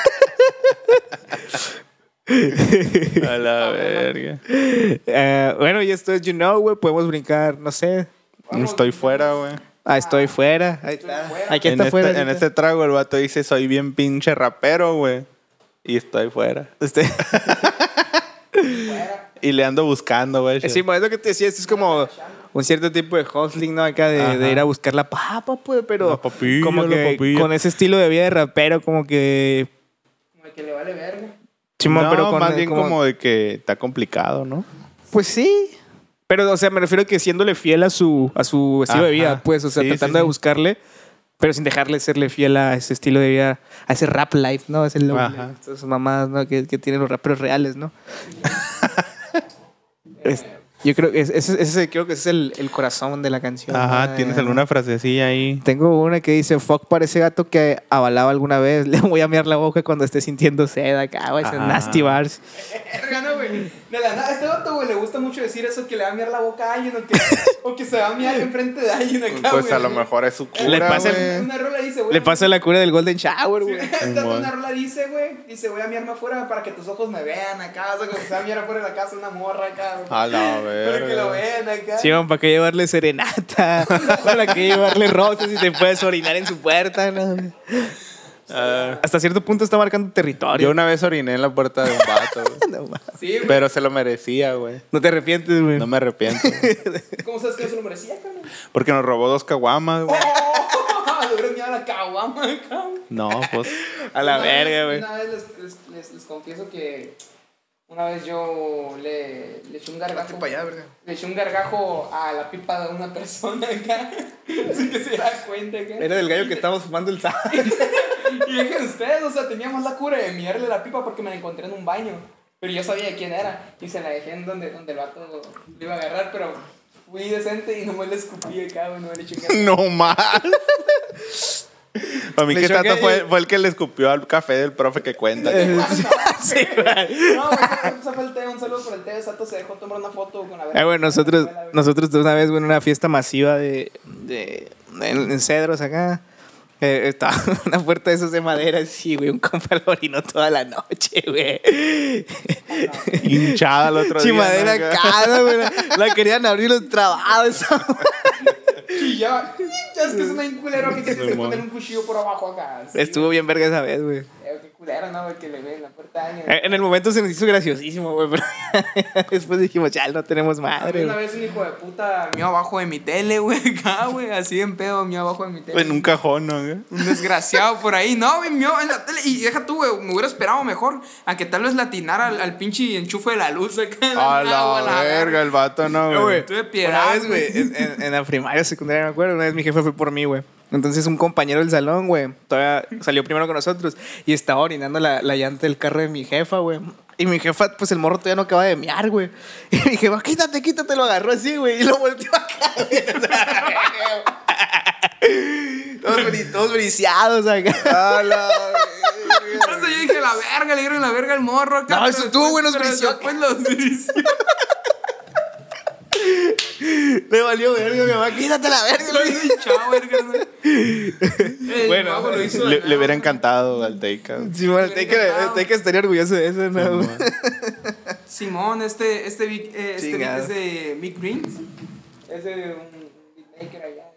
[SPEAKER 3] A la verga.
[SPEAKER 4] Eh, bueno, y esto es You Know, güey, podemos brincar, no sé.
[SPEAKER 1] Vamos,
[SPEAKER 3] Estoy fuera, güey.
[SPEAKER 4] Ah, estoy fuera. Ahí está.
[SPEAKER 1] Estoy fuera.
[SPEAKER 4] Aquí
[SPEAKER 3] En,
[SPEAKER 4] está
[SPEAKER 3] este,
[SPEAKER 4] fuera.
[SPEAKER 3] en este trago el vato dice, soy bien pinche rapero, güey. Y estoy fuera.
[SPEAKER 4] Este-
[SPEAKER 1] fuera.
[SPEAKER 3] Y le ando buscando, güey.
[SPEAKER 4] Eh, Sí, bueno, es lo que te decía, esto es como un cierto tipo de hustling, ¿no? Acá de,
[SPEAKER 3] Ajá.
[SPEAKER 4] de ir a buscar la papa, pues, pero
[SPEAKER 3] La papilla,
[SPEAKER 4] como
[SPEAKER 3] la
[SPEAKER 4] que
[SPEAKER 3] papilla.
[SPEAKER 4] con ese estilo de vida de rapero, como que...
[SPEAKER 1] Como el que le vale verga.
[SPEAKER 4] Simón,
[SPEAKER 3] no,
[SPEAKER 4] pero con-
[SPEAKER 3] más bien como... de que está complicado, ¿no?
[SPEAKER 4] Pues sí. Pero, o sea, me refiero a que siéndole fiel a su, a su estilo de vida,
[SPEAKER 3] Ajá.
[SPEAKER 4] pues, o sea,
[SPEAKER 3] Sí,
[SPEAKER 4] tratando
[SPEAKER 3] sí,
[SPEAKER 4] de
[SPEAKER 3] sí.
[SPEAKER 4] buscarle, pero sin dejarle serle fiel a ese estilo de vida, a ese rap life, ¿no? A ese low
[SPEAKER 3] Ajá.
[SPEAKER 4] life, esas mamadas, ¿no? Que, que tienen los raperos reales, ¿no? Es- yo creo que es- ese, ese creo que es el, el corazón de la canción.
[SPEAKER 3] Ajá,
[SPEAKER 4] ¿no?
[SPEAKER 3] tienes
[SPEAKER 4] Eh,
[SPEAKER 3] alguna frasecilla ahí.
[SPEAKER 4] Tengo una que dice, fuck para ese gato que avalaba alguna vez, le voy a mirar la boca cuando esté sintiendo sed acá, güey, esas
[SPEAKER 3] Ah.
[SPEAKER 4] nasty bars.
[SPEAKER 1] Verga, no, güey. De la nada, a este vato, güey, le gusta mucho decir eso que le va a miar la boca a alguien o que, o que se va a miar enfrente de alguien acá,
[SPEAKER 3] Pues
[SPEAKER 1] Ah, güey.
[SPEAKER 3] a lo mejor es su cura,
[SPEAKER 4] Le pasa
[SPEAKER 3] güey.
[SPEAKER 4] el-
[SPEAKER 1] Una rola dice, güey.
[SPEAKER 4] Le pasa la cura del Golden Shower,
[SPEAKER 1] Sí,
[SPEAKER 4] güey.
[SPEAKER 1] esta
[SPEAKER 3] Simón.
[SPEAKER 1] una rola dice, güey, dice, voy a miarme afuera para que tus ojos me vean acá, o sea, cuando se va a miar afuera de la casa una morra acá, güey.
[SPEAKER 3] A la
[SPEAKER 1] Para que lo
[SPEAKER 3] Ah, verga.
[SPEAKER 1] vean acá.
[SPEAKER 4] Sí, ¿para qué llevarle serenata? ¿Para qué llevarle rosas si te puedes orinar en su puerta? no?
[SPEAKER 3] Ah,
[SPEAKER 4] Hasta cierto punto está marcando
[SPEAKER 3] yo
[SPEAKER 4] territorio.
[SPEAKER 3] una vez oriné en la puerta de un vato, güey.
[SPEAKER 4] No, ma.
[SPEAKER 1] Sí, güey.
[SPEAKER 3] Pero se lo merecía, güey.
[SPEAKER 4] No te arrepientes, güey.
[SPEAKER 3] No me arrepiento. güey.
[SPEAKER 1] ¿Cómo sabes que no se lo merecía, cabrón?
[SPEAKER 3] Porque nos robó dos caguamas, güey.
[SPEAKER 1] Le hubiera miado la caguama acá, güey.
[SPEAKER 3] No, pues.
[SPEAKER 4] A la
[SPEAKER 1] Una
[SPEAKER 4] verga,
[SPEAKER 1] vez-
[SPEAKER 4] güey.
[SPEAKER 1] Una vez les, les, les, les confieso que una vez yo le, le eché un gargajo. Le eché un gargajo a la pipa de una persona acá. Así que se da cuenta acá.
[SPEAKER 4] Era del gallo que estábamos fumando el sábado.
[SPEAKER 1] Y dejen ustedes, o sea, teníamos la cura de mirarle la pipa porque me la encontré en un baño. Pero yo sabía quién era. Y se la dejé en donde, donde el vato lo iba a agarrar, pero fui decente y nomás le escupí acá, güey, no me le eché
[SPEAKER 3] No más. Para mí
[SPEAKER 4] Le
[SPEAKER 3] que
[SPEAKER 4] choqué
[SPEAKER 3] Tata
[SPEAKER 4] y-
[SPEAKER 3] fue, fue el que le escupió al café del profe que cuenta.
[SPEAKER 4] Sí, güey.
[SPEAKER 1] No, güey, esa fue el té, un saludo por el té. Sato se dejó tomar una foto con la verga.
[SPEAKER 4] Ah, bueno, nosotros,
[SPEAKER 1] Con la verga.
[SPEAKER 4] nosotros una vez, güey, en una fiesta masiva de, de- en, en Cedros acá, eh, estaba una puerta de esas de madera, sí, güey, un compa lo orinó toda la noche, güey.
[SPEAKER 3] Hinchada el otro
[SPEAKER 4] Chimadera
[SPEAKER 3] día. ¿no?
[SPEAKER 4] cara, güey. La querían abrir los trabados.
[SPEAKER 1] Y ya, ya es que es un culero que te
[SPEAKER 3] No
[SPEAKER 1] te ponen
[SPEAKER 3] mames.
[SPEAKER 1] un cuchillo por abajo acá. sí,
[SPEAKER 4] Estuvo bien verga esa vez, güey.
[SPEAKER 1] Eh, qué culero, ¿no? güey, Que le ve en la puerta. año.
[SPEAKER 4] Eh, En el momento se nos hizo graciosísimo, güey, pero después dijimos, ya no tenemos
[SPEAKER 1] A mí
[SPEAKER 4] madre,
[SPEAKER 1] una
[SPEAKER 4] güey.
[SPEAKER 1] vez un hijo de puta mío abajo de mi tele, güey, acá, güey, así en pedo, mío abajo de mi tele.
[SPEAKER 3] En un cajón, ¿no?
[SPEAKER 1] Un desgraciado por ahí, no, güey, mío en la tele. Y deja tú, güey, me hubiera esperado mejor a que tal vez latinara al, al pinche enchufe de la luz acá. en
[SPEAKER 3] A
[SPEAKER 1] agua,
[SPEAKER 3] la verga, el vato, ¿no, güey?
[SPEAKER 1] Tuve
[SPEAKER 4] Una
[SPEAKER 1] piedad,
[SPEAKER 4] vez, güey, en, en- en la primaria, secundaria, me acuerdo, una vez mi jefe fue por mí, güey. Entonces un compañero del salón, güey, todavía salió primero con nosotros y estaba orinando la, la llanta del carro de mi jefa, güey. Y mi jefa, pues el morro todavía no acaba de mear, güey. Y mi jefa, quítate, quítate, lo agarró así, güey, y lo volteó acá, güey. todos, bri- todos briciados acá.
[SPEAKER 3] A la
[SPEAKER 1] Entonces yo dije, la verga, le dieron la verga al morro acá.
[SPEAKER 4] No,
[SPEAKER 1] pero
[SPEAKER 4] eso estuvo, güey, los
[SPEAKER 1] pero
[SPEAKER 4] brició.
[SPEAKER 1] después los brició.
[SPEAKER 4] Le valió verga, mi mamá, quítate la verga.
[SPEAKER 1] Lo hizo hinchado, verga, güey. El
[SPEAKER 4] Bueno,
[SPEAKER 1] mago lo hizo
[SPEAKER 3] Le,
[SPEAKER 1] de
[SPEAKER 3] le hubiera
[SPEAKER 1] nada,
[SPEAKER 3] encantado al Teika. güey.
[SPEAKER 4] Sí, bueno, te que, te que estaría orgulloso de eso, ¿no? güey?
[SPEAKER 1] Simón, este, este, Vic, eh, este Vic
[SPEAKER 4] Chingado.
[SPEAKER 1] es de Big Green. Es de un beatmaker allá.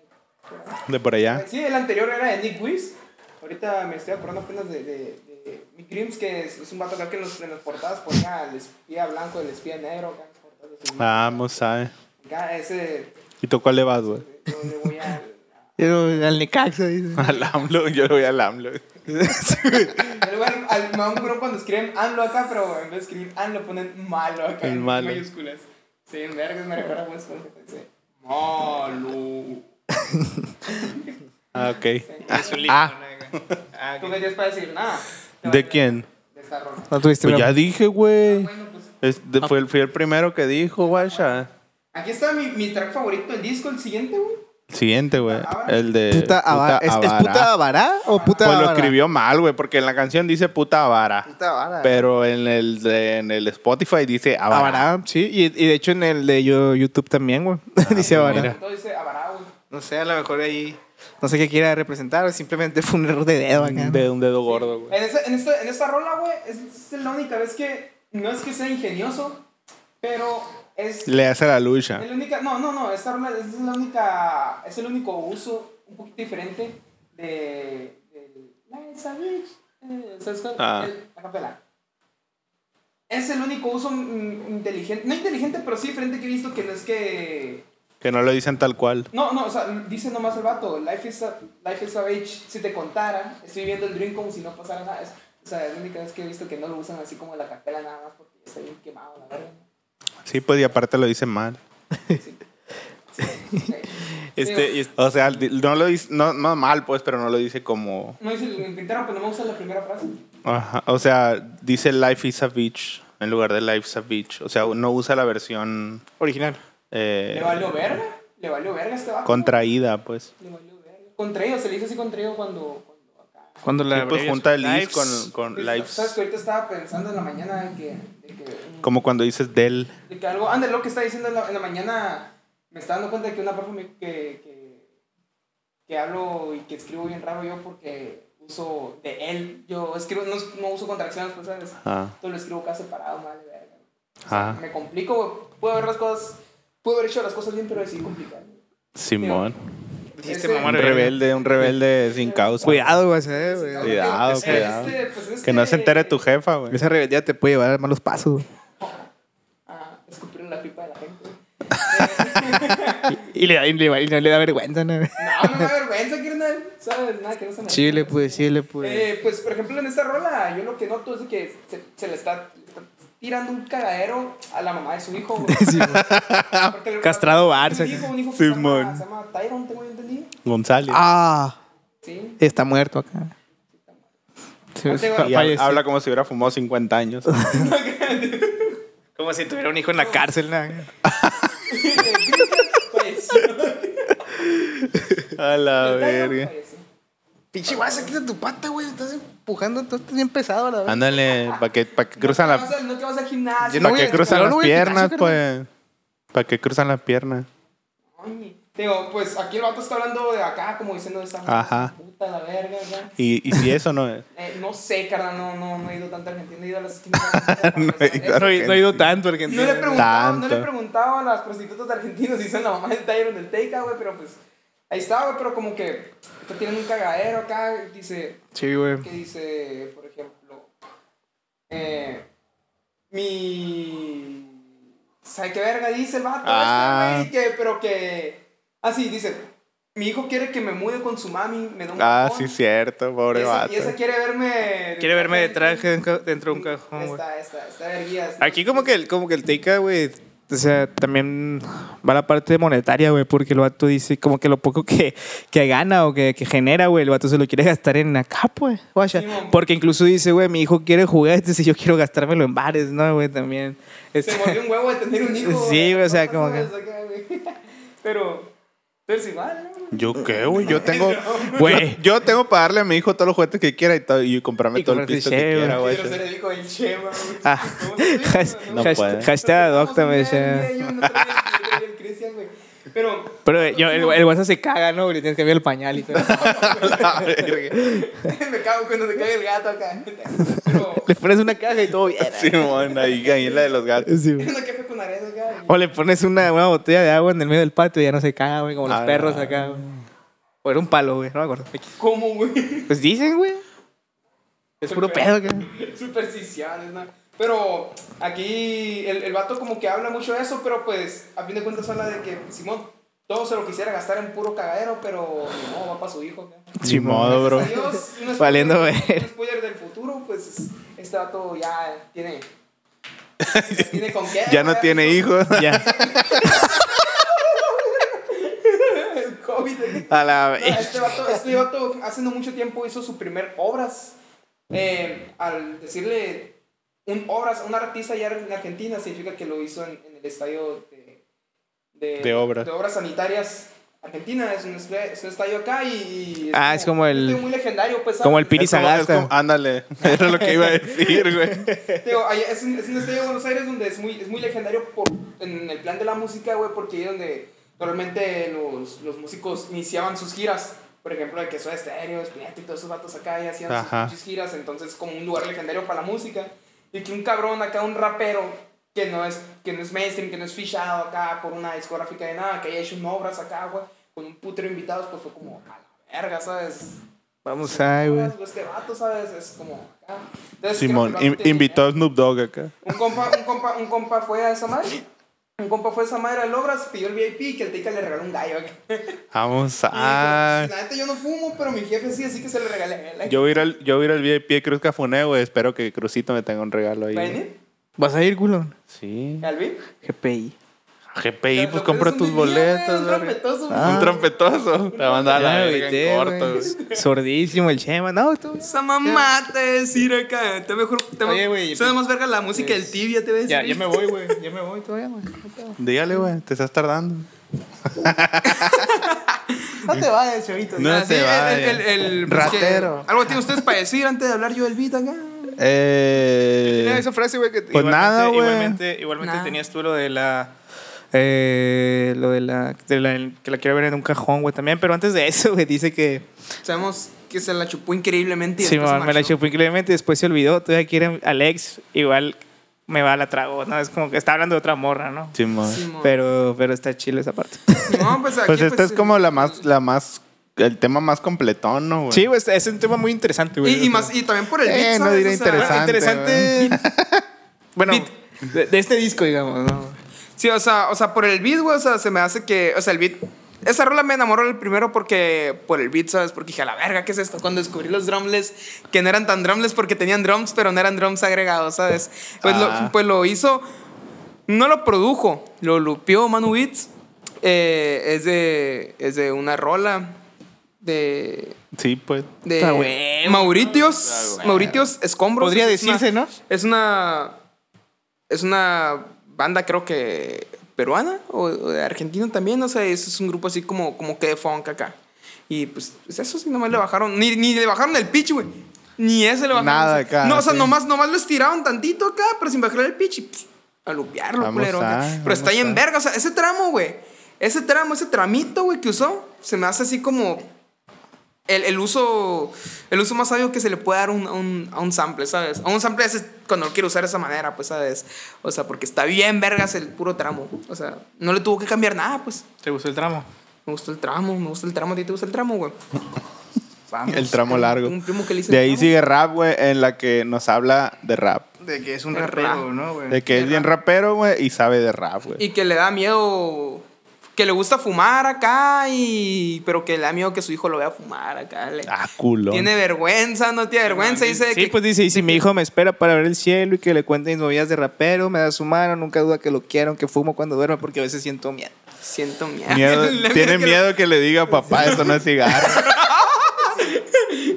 [SPEAKER 3] De por allá.
[SPEAKER 1] Sí, el anterior era de Nick Wiz. Ahorita me estoy acordando apenas de, de, de Mick Grims, que es, es un vato acá que en, los, en las portadas ponía el espía blanco, el espía negro. Acá, en las portadas de su-
[SPEAKER 3] Vamos, ¿sabes?
[SPEAKER 1] acá ese.
[SPEAKER 3] ¿Y tú cuál le vas, güey?
[SPEAKER 1] Yo le voy a.
[SPEAKER 4] Pero Al Necaxa, dice.
[SPEAKER 3] Al AMLO, yo le voy al AMLO.
[SPEAKER 1] yo le voy al- al mamón cuando escriben AMLO acá, pero en vez de escribir AMLO ponen malo acá.
[SPEAKER 3] El
[SPEAKER 1] en
[SPEAKER 3] malo.
[SPEAKER 1] Mayúsculas. Sí, en vergas me recuerda a Wes Craven, sí. Malo.
[SPEAKER 3] Ah, ok.
[SPEAKER 4] Ah.
[SPEAKER 1] ¿Tú qué tienes para decir? Nada.
[SPEAKER 3] ¿De quién?
[SPEAKER 1] De esta rola.
[SPEAKER 4] No tuviste
[SPEAKER 3] Pues ya dije, güey.
[SPEAKER 1] Bueno, pues.
[SPEAKER 3] Es- de- fue el- Fui el primero que dijo, guacha.
[SPEAKER 1] Aquí está mi, mi track favorito del disco, el siguiente, güey.
[SPEAKER 3] Siguiente, güey. El de.
[SPEAKER 4] puta avara. ¿Es, es puta
[SPEAKER 3] eh, avara.
[SPEAKER 4] avara o puta
[SPEAKER 3] Pues lo
[SPEAKER 4] avara?
[SPEAKER 3] escribió mal, güey, porque en la canción dice puta avara.
[SPEAKER 4] Puta avara.
[SPEAKER 3] Pero en el, de- en el Spotify dice avara.
[SPEAKER 4] Avara, sí. Y, y de hecho en el de yo- YouTube también, güey. Dice
[SPEAKER 3] pues
[SPEAKER 4] avara.
[SPEAKER 3] mira.
[SPEAKER 1] Todo dice Avará, güey.
[SPEAKER 4] No sé, a lo mejor ahí. No sé qué quiera representar. o Simplemente fue un error de dedo acá. ¿no?
[SPEAKER 3] De un dedo gordo, güey.
[SPEAKER 1] En, ese- en, esta- en esta rola, güey, es, es la única vez que no es que sea ingenioso, pero es.
[SPEAKER 3] Le hace la lucha.
[SPEAKER 1] es la única, no, no, no, esta rola es la única. Es el único uso un poquito diferente de. del- Life's a bitch, eh, ¿Sabes cuál?
[SPEAKER 3] Ah.
[SPEAKER 1] El- la capela. Es el único uso mm, inteligente, no inteligente, pero sí diferente que he visto que no es que.
[SPEAKER 3] Que no lo dicen tal cual.
[SPEAKER 1] No, no, o sea, dice nomás el vato, life is a, life is a bitch, si te contara, estoy viviendo el dream como si no pasara nada. Es- o sea, es la única vez que he visto que no lo usan así como la capela nada más porque está bien quemado, la verdad.
[SPEAKER 3] Sí, pues y aparte lo dicen mal.
[SPEAKER 4] Este, y es-
[SPEAKER 3] O sea, di- no lo dice, no, no mal, pues, pero no lo dice como.
[SPEAKER 1] No dice, lo intentaron, pero no me gusta la primera frase.
[SPEAKER 3] Ajá, O sea, dice Life is a Beach en lugar de Life's a Beach. O sea, no usa la versión
[SPEAKER 4] original.
[SPEAKER 3] eh,
[SPEAKER 1] ¿Le valió verga? ¿Le valió verga a este vato?
[SPEAKER 3] contraída, pues.
[SPEAKER 1] Le valió verga. Contra ellos, se le dice así contra ellos cuando, cuando acá.
[SPEAKER 4] Cuando la
[SPEAKER 3] Sí, pues
[SPEAKER 4] abrevias-
[SPEAKER 3] junta el is
[SPEAKER 4] Lives.
[SPEAKER 3] con, con
[SPEAKER 1] Pues, ¿Sabes
[SPEAKER 3] Life's.
[SPEAKER 1] que ahorita estaba pensando en la mañana de que- de que
[SPEAKER 3] Como cuando dices del.
[SPEAKER 1] De que algo, ande, lo que está diciendo en la, en la mañana, me está dando cuenta de que una profe me, que, que, que hablo y que escribo bien raro yo porque uso de él. Yo escribo, no, no uso contracciones, pues, ¿sabes?
[SPEAKER 3] Ah,
[SPEAKER 1] Todo lo escribo acá separado, madre verga.
[SPEAKER 3] ah,
[SPEAKER 1] Me complico, güey. Puedo ver las cosas, puedo haber hecho las cosas bien, pero decidí complicar.
[SPEAKER 3] Simón.
[SPEAKER 1] Ese-
[SPEAKER 4] Dijiste mamá
[SPEAKER 3] Un
[SPEAKER 4] rebelde.
[SPEAKER 3] rebelde, un rebelde sin causa.
[SPEAKER 4] Cuidado, güey. eh, güey.
[SPEAKER 3] Cuidado,
[SPEAKER 1] Este,
[SPEAKER 3] cuidado.
[SPEAKER 1] este, pues,
[SPEAKER 3] Que no se
[SPEAKER 1] este-
[SPEAKER 3] entere tu jefa, güey.
[SPEAKER 4] Esa rebeldía te puede llevar a malos pasos. güey.
[SPEAKER 1] Ah, escupir en la pipa de la gente.
[SPEAKER 4] Y, y le da, y le- y no le da vergüenza, ¿no?
[SPEAKER 1] No, no me da vergüenza, carnal. ¿Sabes? Nada, que no se me
[SPEAKER 4] Chile, pues, chile, pues.
[SPEAKER 1] Eh, pues, por ejemplo, en esta rola, yo lo que noto es de que se, se le está, le está tirando un cagadero a la mamá de su hijo. güey. Porque le-
[SPEAKER 4] Castrado Barça.
[SPEAKER 1] Un hijo, un hijo que se
[SPEAKER 3] Simón.
[SPEAKER 1] llama, se llama Tyron, tengo yo entendido.
[SPEAKER 3] González.
[SPEAKER 4] Ah,
[SPEAKER 1] Sí.
[SPEAKER 4] está muerto acá. Sí,
[SPEAKER 1] Ah, te va-
[SPEAKER 4] fa-
[SPEAKER 3] Y ha-
[SPEAKER 4] falleció.
[SPEAKER 3] habla como si hubiera fumado 50 años.
[SPEAKER 4] Como si tuviera un hijo en la cárcel, ¿no?
[SPEAKER 3] A la
[SPEAKER 1] El Tyrone
[SPEAKER 3] verga.
[SPEAKER 1] falleció.
[SPEAKER 4] Pinche guasa, quita tu pata, güey. Estás empujando, tú estás bien pesado a la verga.
[SPEAKER 3] Ándale, para que, pa' que cruzan
[SPEAKER 1] No
[SPEAKER 3] la,
[SPEAKER 1] te vas al- No te vas al gimnasio.
[SPEAKER 4] Yo no
[SPEAKER 3] pa'
[SPEAKER 4] voy
[SPEAKER 3] que
[SPEAKER 4] al-
[SPEAKER 3] cruzan
[SPEAKER 4] yo no
[SPEAKER 3] las
[SPEAKER 4] voy al
[SPEAKER 3] piernas,
[SPEAKER 4] gimnasio,
[SPEAKER 3] pues. Para que cruzan las piernas.
[SPEAKER 1] Oye, Digo, pues aquí el vato está hablando de acá, como diciendo esa
[SPEAKER 3] Ajá.
[SPEAKER 1] puta la verga, ya.
[SPEAKER 3] Y, y si eso no es.
[SPEAKER 1] Eh, no sé, carnal, no, no, no he ido tanto a Argentina, he ido a las esquinas.
[SPEAKER 3] No he ido.
[SPEAKER 1] Eso.
[SPEAKER 4] No, he- no he ido tanto, porque
[SPEAKER 1] Y No le, preguntaba, no le
[SPEAKER 3] Tanto.
[SPEAKER 1] preguntaba a las prostitutas de argentinos si son la mamá del Tyron del Teca, güey, pero pues ahí estaba, güey, pero como que esto tienen un cagadero acá, dice,
[SPEAKER 4] Sí, güey.
[SPEAKER 1] que dice, por ejemplo, eh, mi... ¿Sabe qué verga dice el vato?
[SPEAKER 3] Ah.
[SPEAKER 1] este, güey, que, pero que... Así, dice, mi hijo quiere que me mude con su mami, me da un
[SPEAKER 3] Ah,
[SPEAKER 1] cajón,
[SPEAKER 3] sí, cierto, pobre
[SPEAKER 1] y esa,
[SPEAKER 3] vato.
[SPEAKER 1] y esa quiere verme...
[SPEAKER 4] Quiere verme de traje dentro de un cajón, güey.
[SPEAKER 1] Esta, esta, esta verguía. esta.
[SPEAKER 4] Aquí como que el, como que el Teika, güey, o sea, también va la parte monetaria, güey, porque el vato dice como que lo poco que, que gana o que, que genera, güey, el vato se lo quiere gastar en acá, güey. guacha.
[SPEAKER 1] Sí, mamá.
[SPEAKER 4] porque incluso dice, güey, mi hijo quiere juguetes y yo quiero gastármelo en bares, ¿no, güey? También. Este-
[SPEAKER 1] Se mordió un huevo de tener un hijo.
[SPEAKER 4] Sí, güey, o sea, como que-
[SPEAKER 1] que. Pero. Pero si mal, ¿no?
[SPEAKER 3] ¿Yo qué, güey? Yo tengo.
[SPEAKER 4] Güey.
[SPEAKER 3] Yo, yo tengo para darle a mi hijo todos los juguetes que quiera y, todo- y comprarme
[SPEAKER 4] Y
[SPEAKER 3] todo el
[SPEAKER 4] comprarte
[SPEAKER 3] pisto que
[SPEAKER 4] cheve,
[SPEAKER 3] quiera,
[SPEAKER 1] Quiero
[SPEAKER 3] güey.
[SPEAKER 1] ser el hijo del Chema, güey.
[SPEAKER 4] Ah, este
[SPEAKER 1] ¿Cómo se dice,
[SPEAKER 4] has-
[SPEAKER 1] güey?
[SPEAKER 3] No
[SPEAKER 4] has-
[SPEAKER 3] puede.
[SPEAKER 4] hashtag adóptame,
[SPEAKER 1] Estamos en
[SPEAKER 4] ya.
[SPEAKER 1] medio, yo no traigo el- el- el Cristian, güey. Pero.
[SPEAKER 4] Pero eh, yo, el, el WhatsApp se caga, ¿no? güey? Le tienes que cambiar el pañal y todo.
[SPEAKER 3] La verga.
[SPEAKER 1] Me cago cuando se cae el gato acá. Pero.
[SPEAKER 4] le pones una caja y todo bien.
[SPEAKER 3] Simón, ahí, ahí en la de los gatos.
[SPEAKER 4] Sí, güey.
[SPEAKER 1] Es una café con arena acá.
[SPEAKER 4] O le pones una, una botella de agua en el medio del patio y ya no se caga, güey, como los
[SPEAKER 3] Ah,
[SPEAKER 4] perros
[SPEAKER 3] la-
[SPEAKER 4] acá, güey. O era un palo, güey, no me acuerdo.
[SPEAKER 1] ¿Cómo, güey?
[SPEAKER 4] Pues dicen, güey. Es puro pedo, güey.
[SPEAKER 1] Supersticiales, ¿no? Pero aquí el, el vato como que habla mucho de eso, pero pues a fin de cuentas habla de que Simón todo se lo quisiera gastar en puro cagadero, pero no, va para su hijo. ¿no?
[SPEAKER 3] Sin modo, bro.
[SPEAKER 1] Adiós, un spoiler-
[SPEAKER 4] Valiendo ver.
[SPEAKER 1] Un spoiler del futuro, pues este vato ya tiene. tiene con qué.
[SPEAKER 3] Ya no tiene hijos.
[SPEAKER 4] Ya.
[SPEAKER 1] El COVID.
[SPEAKER 4] A la
[SPEAKER 1] No,
[SPEAKER 4] vez.
[SPEAKER 1] este, vato, este vato hace no mucho tiempo hizo su primer obras. Eh, al decirle un obras a un artista allá en Argentina, significa que lo hizo en, en el estadio de,
[SPEAKER 3] De obras.
[SPEAKER 1] de obras sanitarias. Argentina es un, espe- es un estadio acá y. y
[SPEAKER 4] Ah, es como el-
[SPEAKER 1] Muy legendario, pues.
[SPEAKER 4] como el
[SPEAKER 1] ¿sabes?
[SPEAKER 4] Piri
[SPEAKER 3] Es como- es
[SPEAKER 4] Sagasta.
[SPEAKER 3] como- Ándale, era lo que iba a decir, güey.
[SPEAKER 1] Digo, ahí es, un, es un estadio de Buenos Aires donde es muy, es muy legendario por, en el plan de la música, güey, porque ahí es donde normalmente los, los músicos iniciaban sus giras. Por ejemplo, de que Soda Stereo, Spinetta y todos esos vatos acá y hacían
[SPEAKER 3] Ajá.
[SPEAKER 1] sus pinches giras. Entonces, como un lugar legendario para la música. Y que un cabrón acá, un rapero, que no es, que no es mainstream, que no es fichado acá por una discográfica de nada, que haya hecho un obras acá, güey, con un putero de invitados, pues fue como a la verga, ¿sabes?
[SPEAKER 4] Vamos ahí, güey.
[SPEAKER 1] Pues, Este vato, ¿sabes? Es como acá. Entonces,
[SPEAKER 3] Simón,
[SPEAKER 1] creo que el
[SPEAKER 3] in-
[SPEAKER 1] vato tiene
[SPEAKER 3] invitó a Snoop Dogg acá.
[SPEAKER 1] un compa, un compa, un compa fue a esa madre. Un compa fue a esa madre al Obras, pidió el VIP y que el Teca le regaló un gallo.
[SPEAKER 3] Vamos
[SPEAKER 1] Y
[SPEAKER 4] Ah.
[SPEAKER 3] a.
[SPEAKER 1] dijo, La neta yo no fumo, pero mi jefe sí, así que se le regalé a él".
[SPEAKER 3] Yo voy a ir al, yo voy a ir al VIP de Cruz Cafuné, güey. Espero que Cruzito me tenga un regalo ahí.
[SPEAKER 1] ¿Va a
[SPEAKER 3] güey.
[SPEAKER 1] venir?
[SPEAKER 4] ¿Vas a ir, culón?
[SPEAKER 3] sí.
[SPEAKER 1] ¿Al VIP?
[SPEAKER 4] GPI.
[SPEAKER 1] Lo-
[SPEAKER 3] GPI, pues
[SPEAKER 1] lo
[SPEAKER 3] compra
[SPEAKER 1] peor es
[SPEAKER 3] tus
[SPEAKER 1] un vinilo, güey,
[SPEAKER 3] boletos,
[SPEAKER 1] Un trompetazo,
[SPEAKER 3] güey.
[SPEAKER 1] güey.
[SPEAKER 4] Ah.
[SPEAKER 3] Un trompetoso. Te van a dar la verga en corto, güey.
[SPEAKER 4] Sordísimo el Chema. No, tú.
[SPEAKER 1] Esa mamá te decir acá. Está mejor. Te
[SPEAKER 4] Oye, güey, pues
[SPEAKER 1] suena más verga la música del tibia, te ves.
[SPEAKER 4] Ya, ya me voy, güey. Ya me voy todavía, güey. No te va-
[SPEAKER 3] Dígale, güey, te estás tardando.
[SPEAKER 4] No te vayas, chavito.
[SPEAKER 3] No
[SPEAKER 1] Ah, sí,
[SPEAKER 3] te
[SPEAKER 1] el-
[SPEAKER 3] vayas.
[SPEAKER 1] el, el, el- pues, que-
[SPEAKER 3] Ratero.
[SPEAKER 1] Algo tienen ustedes para decir antes de hablar yo del beat acá.
[SPEAKER 4] Tenía
[SPEAKER 3] Eh,
[SPEAKER 4] esa frase, güey, que
[SPEAKER 3] Pues nada, güey.
[SPEAKER 4] Igualmente, igualmente
[SPEAKER 1] Nada.
[SPEAKER 4] tenías tú lo de la. eh, lo de la, de la- Que la quiero ver en un cajón, güey, también. Pero antes de eso, güey, dice que.
[SPEAKER 1] Sabemos que se la chupó increíblemente. y
[SPEAKER 4] Sí,
[SPEAKER 1] después
[SPEAKER 4] mamá, me la
[SPEAKER 1] marchó.
[SPEAKER 4] chupó increíblemente. Después se olvidó. Todavía quiere Alex. Igual me va a la trago, ¿no? Es como que está hablando de otra morra, ¿no?
[SPEAKER 3] Simón.
[SPEAKER 1] Simón.
[SPEAKER 4] Pero, pero está chilo esa parte.
[SPEAKER 1] No, pues, aquí,
[SPEAKER 3] Pues esta es
[SPEAKER 1] eh,
[SPEAKER 3] como la más, la más, el tema más completón, ¿no, güey?
[SPEAKER 4] Sí, güey, es un tema muy interesante, güey.
[SPEAKER 1] Y, y más, y también por el
[SPEAKER 3] Eh,
[SPEAKER 1] beat,
[SPEAKER 3] no
[SPEAKER 1] ¿sabes?
[SPEAKER 3] diré
[SPEAKER 1] O sea,
[SPEAKER 3] interesante.
[SPEAKER 4] interesante. bueno,
[SPEAKER 1] Beat.
[SPEAKER 4] de, de este disco, digamos, ¿no?
[SPEAKER 1] Sí, o sea, o sea, por el beat, güey, o sea, se me hace que, o sea, el beat... Esa rola me enamoró el primero porque, por el beat, ¿sabes? Porque dije, a la verga, ¿qué es esto? Cuando descubrí los drumless, que no eran tan drumless porque tenían drums, pero no eran drums agregados, ¿sabes? Pues,
[SPEAKER 3] Ah.
[SPEAKER 1] lo, pues lo hizo, no lo produjo, lo lupió Manu Beats. Eh, es, de, es de una rola de...
[SPEAKER 3] Sí, pues.
[SPEAKER 1] de
[SPEAKER 4] Ah, güey.
[SPEAKER 1] Mauritios, Mauritios Escombros.
[SPEAKER 4] Podría
[SPEAKER 1] Es una-
[SPEAKER 4] decirse, ¿no?
[SPEAKER 1] Es una es una banda creo que peruana o, o de Argentina también, o sea, es, es un grupo así como como que de funk acá. Y pues, pues eso sí, nomás le bajaron. Ni, ni le bajaron el pitch, güey. Ni ese le bajaron.
[SPEAKER 3] Nada
[SPEAKER 1] O sea,
[SPEAKER 3] acá,
[SPEAKER 1] No, o sea,
[SPEAKER 3] sí.
[SPEAKER 1] nomás, nomás lo estiraron tantito acá, pero sin bajar el pitch. Y pues, a lupearlo,
[SPEAKER 3] Vamos
[SPEAKER 1] culero. acá.
[SPEAKER 3] a,
[SPEAKER 1] pero está
[SPEAKER 3] vamos
[SPEAKER 1] ahí en
[SPEAKER 3] a.
[SPEAKER 1] verga. O sea, ese tramo, güey. Ese tramo, ese tramito, güey, que usó, se me hace así como. El, el uso el uso más sabio que se le puede dar un- a un, a un sample, ¿sabes? A un sample es cuando lo quiero usar de esa manera, pues, ¿sabes? O sea, porque está bien vergas el puro tramo. O sea, no le tuvo que cambiar nada, pues.
[SPEAKER 2] ¿Te gustó el tramo?
[SPEAKER 1] Me gusta el tramo, me gusta el tramo. ¿A ti te gusta el tramo, güey?
[SPEAKER 2] Vamos.
[SPEAKER 3] El tramo largo.
[SPEAKER 1] Tengo Ah, pues, un primo que le dice
[SPEAKER 3] De
[SPEAKER 1] el
[SPEAKER 3] ahí
[SPEAKER 1] tramo.
[SPEAKER 3] sigue rap, güey, en la que nos habla de rap.
[SPEAKER 2] De que es un
[SPEAKER 1] El
[SPEAKER 2] rapero,
[SPEAKER 1] rap.
[SPEAKER 2] ¿no, güey?
[SPEAKER 3] De que es bien rapero, güey, y sabe de rap, güey.
[SPEAKER 1] Y que le da miedo. Que le gusta fumar acá y. Pero que le da miedo que su hijo lo vea fumar acá. le-
[SPEAKER 3] Ah, culo.
[SPEAKER 1] tiene vergüenza, no tiene vergüenza.
[SPEAKER 2] sí,
[SPEAKER 1] Dice
[SPEAKER 4] Sí,
[SPEAKER 1] que.
[SPEAKER 4] pues dice, y si mi hijo me espera para ver el cielo y que le cuente mis movidas de rapero, me da su mano, nunca duda que lo quiero, que fumo cuando duermo porque a veces siento miedo.
[SPEAKER 1] Siento miedo. Le-
[SPEAKER 3] Miedo, tiene
[SPEAKER 1] que-
[SPEAKER 3] miedo que le diga papá, eso no es cigarro.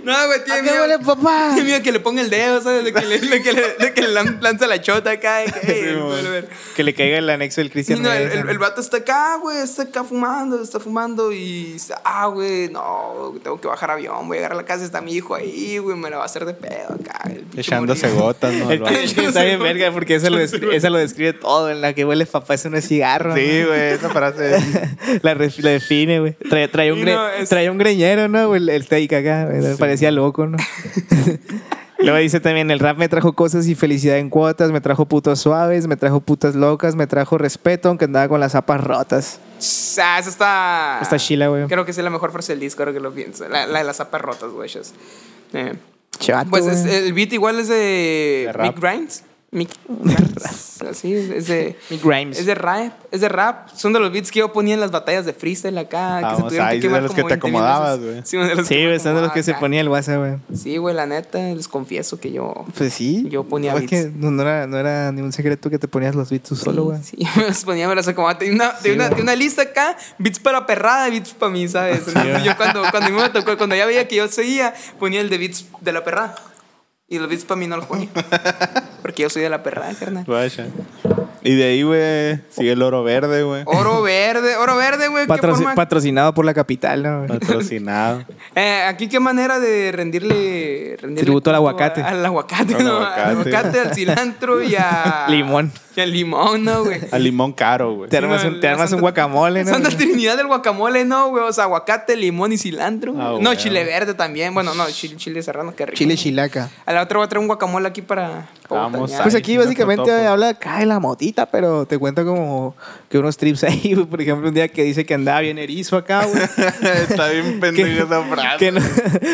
[SPEAKER 1] No, güey, tiene miedo.
[SPEAKER 4] papá?
[SPEAKER 1] Tiene miedo que le ponga el dedo, ¿sabes? De que le, de que le- de que le lan- lanza la chota acá. y que, "Ey,
[SPEAKER 4] Sí,
[SPEAKER 1] vale, ver".
[SPEAKER 4] Que le caiga el anexo del
[SPEAKER 1] Sí,
[SPEAKER 4] Cristian.
[SPEAKER 1] no, el,
[SPEAKER 4] Nodal.
[SPEAKER 1] el- el vato está acá, güey, está acá fumando, está fumando y dice, ah, güey, no, tengo que bajar avión, voy a llegar a la casa, está mi hijo ahí, güey, me la va a hacer de pedo acá. el pinche
[SPEAKER 3] Echándose
[SPEAKER 1] morir.
[SPEAKER 3] gotas, ¿no?
[SPEAKER 4] El
[SPEAKER 3] Al vato.
[SPEAKER 4] que- que está bien verga porque esa lo, descri- esa lo describe todo, en la que huele papá, eso no es cigarro.
[SPEAKER 3] Sí,
[SPEAKER 4] ¿no?
[SPEAKER 3] güey, esa frase es-
[SPEAKER 4] La, re- la define, güey. Trae, trae un
[SPEAKER 1] Sí,
[SPEAKER 4] gre-
[SPEAKER 1] no, es-
[SPEAKER 4] trae un greñero, ¿no? güey? El, el steak acá, güey. parecía loco, ¿no? Luego dice también, el rap me trajo cosas y felicidad en cuotas, me trajo putos suaves, me trajo putas locas, me trajo respeto, aunque andaba con las zapas rotas.
[SPEAKER 1] Ah, esa está...
[SPEAKER 4] Está chila, güey.
[SPEAKER 1] Creo que sí es la mejor frase del disco, ahora que lo pienso, la, la de las zapas rotas, güey. esas. Eh,
[SPEAKER 4] Chato,
[SPEAKER 1] Pues es-
[SPEAKER 4] güey.
[SPEAKER 1] el beat igual es de
[SPEAKER 3] De rap.
[SPEAKER 1] Mick Grimes. Mick Grimes. Así, es es de...
[SPEAKER 4] Mick Grimes.
[SPEAKER 1] Es de rap, es de rap. Son de los beats que yo ponía en las batallas de freestyle acá. que se
[SPEAKER 3] Vamos,
[SPEAKER 1] tuvieron
[SPEAKER 3] ahí
[SPEAKER 1] que
[SPEAKER 3] es de
[SPEAKER 1] quemar
[SPEAKER 3] los
[SPEAKER 1] como
[SPEAKER 3] que te
[SPEAKER 1] 20 mil veces.
[SPEAKER 3] acomodabas, güey.
[SPEAKER 1] Sí, de los
[SPEAKER 4] Sí,
[SPEAKER 1] que me
[SPEAKER 4] güey, son de los que se
[SPEAKER 1] acomodaba acá.
[SPEAKER 4] ponía el WhatsApp, güey.
[SPEAKER 1] Sí, güey, la neta, les confieso que yo.
[SPEAKER 4] Pues sí.
[SPEAKER 1] Yo ponía
[SPEAKER 4] No, es
[SPEAKER 1] beats.
[SPEAKER 4] que no, no era, no era ni un secreto que te ponías los beats tú solo, güey.
[SPEAKER 1] Sí, me los ponía, me los acomodaba. Tenía "Ah, una, tenía una, tenía una lista acá, beats para perrada, beats para mí, ¿sabes? Entonces yo cuando, cuando a mí me tocó, cuando ya veía que yo seguía, ponía el de beats de la perrada. Y los beats para mí no los ponía. Porque yo soy de la perrada, carnal.
[SPEAKER 3] Vaya. Y de ahí, güey, sigue el oro verde, güey.
[SPEAKER 1] Oro verde, oro verde, güey. ¿qué
[SPEAKER 4] Patroci-
[SPEAKER 1] forma?
[SPEAKER 4] Patrocinado por la capital, ¿no? güey?
[SPEAKER 3] Patrocinado.
[SPEAKER 1] Eh, aquí qué manera de rendirle, rendirle
[SPEAKER 4] Tributo al
[SPEAKER 1] culto
[SPEAKER 4] aguacate.
[SPEAKER 1] a- Al aguacate,
[SPEAKER 3] Al
[SPEAKER 1] ¿no?
[SPEAKER 3] aguacate.
[SPEAKER 1] Al aguacate, al cilantro y a...
[SPEAKER 4] Limón.
[SPEAKER 1] Y al limón, ¿no, güey?
[SPEAKER 3] Al limón caro, güey.
[SPEAKER 4] Te armas
[SPEAKER 1] no,
[SPEAKER 4] un, te
[SPEAKER 1] la
[SPEAKER 4] armas un
[SPEAKER 1] Santa-
[SPEAKER 4] guacamole, ¿no?
[SPEAKER 1] Santa Trinidad del guacamole, no, güey. O sea, aguacate, limón y cilantro.
[SPEAKER 3] Ah,
[SPEAKER 1] no,
[SPEAKER 3] bueno.
[SPEAKER 1] chile verde también. Bueno, no, chile, chile serrano, qué rico.
[SPEAKER 4] Chile chilaca.
[SPEAKER 1] A la otra voy a traer un guacamole aquí para. para
[SPEAKER 3] Vamos
[SPEAKER 1] botanear.
[SPEAKER 3] a-
[SPEAKER 4] Pues
[SPEAKER 3] Ay,
[SPEAKER 4] aquí
[SPEAKER 3] nuestro
[SPEAKER 4] básicamente
[SPEAKER 3] topo.
[SPEAKER 4] habla acá de la motita, pero te cuento como que unos trips ahí, güey. Por ejemplo, un día que dice que andaba bien erizo acá, güey.
[SPEAKER 3] Está bien pendeja esa frase.
[SPEAKER 4] que, no,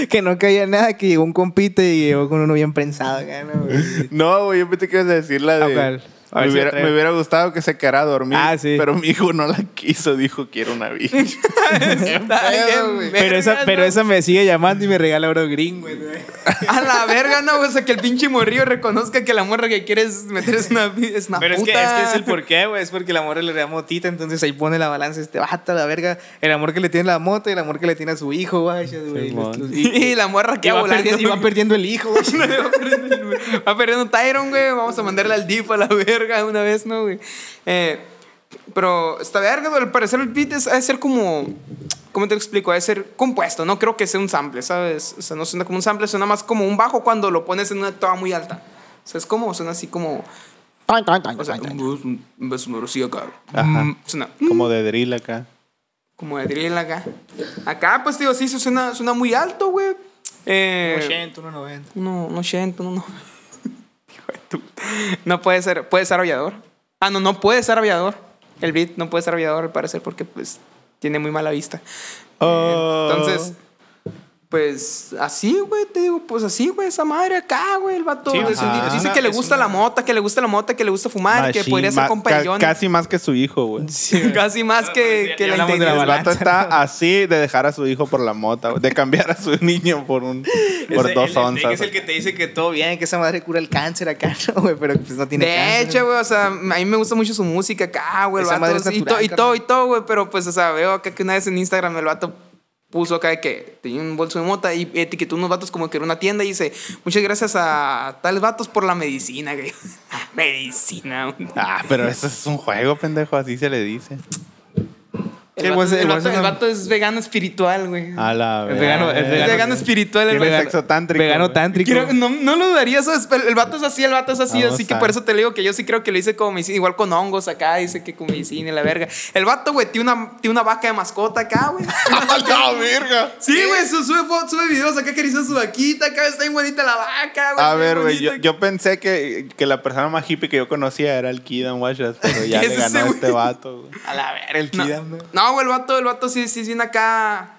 [SPEAKER 4] que no caía nada, que llegó un compite y llegó con uno bien prensado acá, ¿no, güey?
[SPEAKER 3] No, güey, yo pensé que ibas a decir la de.
[SPEAKER 4] Ah, ¿cuál? A ver
[SPEAKER 3] me,
[SPEAKER 4] si
[SPEAKER 3] hubiera,
[SPEAKER 4] la traigo.
[SPEAKER 3] me hubiera gustado que se quedara a dormir.
[SPEAKER 4] Ah, sí.
[SPEAKER 3] Pero mi hijo no la quiso, dijo quiero una bicha.
[SPEAKER 1] Está bien,
[SPEAKER 4] Pero,
[SPEAKER 1] verga,
[SPEAKER 4] esa, pero
[SPEAKER 1] ¿no?
[SPEAKER 4] esa me sigue llamando y me regala oro green, güey.
[SPEAKER 1] A la verga, no, güey. O sea, que el pinche morrillo reconozca que la morra que quieres meter es una, es una
[SPEAKER 4] Pero es que,
[SPEAKER 1] puta.
[SPEAKER 4] es que es el porqué, güey. Es porque el amor le da motita, entonces ahí pone la balanza este bata, la verga. El amor que le tiene a la moto y el amor que le tiene a su hijo, güey. güey.
[SPEAKER 3] Simón.
[SPEAKER 4] Los- los- y-
[SPEAKER 1] Y la morra
[SPEAKER 4] y
[SPEAKER 1] que
[SPEAKER 4] va perdiendo- y va perdiendo el hijo, güey.
[SPEAKER 1] va perdiendo el güey. Va perdiendo Tyron, güey. Vamos a mandarle al DIF a la verga una vez, ¿no, güey? Eh, pero esta verga, güey, al parecer el beat es, ha de ser como... ¿Cómo te lo explico? Ha de ser compuesto. No creo que sea un sample, ¿sabes? O sea, no suena como un sample. Suena más como un bajo cuando lo pones en una octava muy alta. O sea, es como... Suena así como... O sea, un beso sonorosillo, cabrón.
[SPEAKER 4] Mm.
[SPEAKER 1] Mm,
[SPEAKER 3] Ajá.
[SPEAKER 1] Suena...
[SPEAKER 3] Como de drill acá.
[SPEAKER 1] Como de drill acá. Acá, pues, digo, sí, suena, suena muy alto, güey. Eh,
[SPEAKER 4] 80, 190.
[SPEAKER 1] No, no siento, no, no. Hijo de tu- No puede ser, puede ser aviador. Ah, no, no puede ser aviador. El beat no puede ser aviador, al parecer, porque pues tiene muy mala vista.
[SPEAKER 3] Oh.
[SPEAKER 1] Entonces, pues así, güey, te digo, pues así, güey, esa madre acá, güey, el vato.
[SPEAKER 4] Sí,
[SPEAKER 1] dice-
[SPEAKER 3] ajá.
[SPEAKER 1] dice
[SPEAKER 3] Es una-
[SPEAKER 1] que le
[SPEAKER 4] es
[SPEAKER 1] gusta
[SPEAKER 4] una-
[SPEAKER 1] la mota, que le gusta la mota, que le gusta fumar, que
[SPEAKER 3] Machín,
[SPEAKER 1] podría
[SPEAKER 3] ma-
[SPEAKER 1] ser
[SPEAKER 3] ca-
[SPEAKER 1] compañón. Casi,
[SPEAKER 3] Casi más que su hijo, güey.
[SPEAKER 1] más que,
[SPEAKER 2] Ya-
[SPEAKER 1] que
[SPEAKER 2] ya
[SPEAKER 1] la
[SPEAKER 2] hablamos de la
[SPEAKER 1] integridad.
[SPEAKER 3] El vato
[SPEAKER 4] balanza.
[SPEAKER 3] está así de dejar a su hijo por la mota, güey, de cambiar a su niño por un por dos onzas.
[SPEAKER 4] Es el que te dice que todo bien, que esa madre cura el cáncer acá, ¿no, güey? Pero pues no tiene
[SPEAKER 1] De
[SPEAKER 4] cáncer.
[SPEAKER 1] hecho, güey, o sea, a mí me gusta mucho su música acá, güey, el
[SPEAKER 4] Esa
[SPEAKER 1] vato.
[SPEAKER 4] madre es
[SPEAKER 1] sí, y,
[SPEAKER 4] natural,
[SPEAKER 1] todo, y
[SPEAKER 4] carnal.
[SPEAKER 1] todo, y todo, güey, pero pues, o sea, veo acá que una vez en Instagram el vato puso acá de que tenía un bolso de mota y etiquetó unos vatos como que era una tienda y dice, muchas gracias a tales vatos por la medicina, güey. medicina. güey.
[SPEAKER 3] Ah, pero eso es un juego, pendejo, así se le dice.
[SPEAKER 1] El,
[SPEAKER 4] El
[SPEAKER 1] vato,
[SPEAKER 4] guas-
[SPEAKER 1] el
[SPEAKER 4] el
[SPEAKER 1] vato-
[SPEAKER 4] guasón-
[SPEAKER 1] el vato es vegano espiritual, güey.
[SPEAKER 3] A la
[SPEAKER 4] Es vegano, es
[SPEAKER 3] verga.
[SPEAKER 1] Es vegano espiritual, el
[SPEAKER 3] Tiene
[SPEAKER 1] vegano.
[SPEAKER 3] sexo tántrico.
[SPEAKER 4] Vegano
[SPEAKER 3] güey.
[SPEAKER 4] tántrico.
[SPEAKER 1] Creo- no, no lo daría, ¿sabes? Pero el vato es así, el vato es así,
[SPEAKER 3] Vamos
[SPEAKER 1] así que
[SPEAKER 3] a-
[SPEAKER 1] por eso te digo que yo sí creo que lo hice como medicina, igual con hongos acá, dice que con medicina y la verga. El vato, güey, tiene una, tiene una vaca de mascota acá, güey.
[SPEAKER 3] ¡A la verga!
[SPEAKER 1] Sí, güey, su- sube, fo- sube videos acá que hizo su vaquita, acá está bien bonita la vaca, güey.
[SPEAKER 3] A
[SPEAKER 1] está bien
[SPEAKER 3] ver, güey, yo,
[SPEAKER 1] bonita.
[SPEAKER 3] yo pensé que, que la persona más hippie que yo conocía era el Kidan Washas, pero ya
[SPEAKER 1] ¿Qué
[SPEAKER 3] le
[SPEAKER 1] es ese,
[SPEAKER 3] ganó a
[SPEAKER 1] güey?
[SPEAKER 3] este vato, güey.
[SPEAKER 1] A la verga.
[SPEAKER 3] El
[SPEAKER 1] no.
[SPEAKER 3] Kidan, güey.
[SPEAKER 1] No, güey, el vato, el vato sí, sí es bien acá.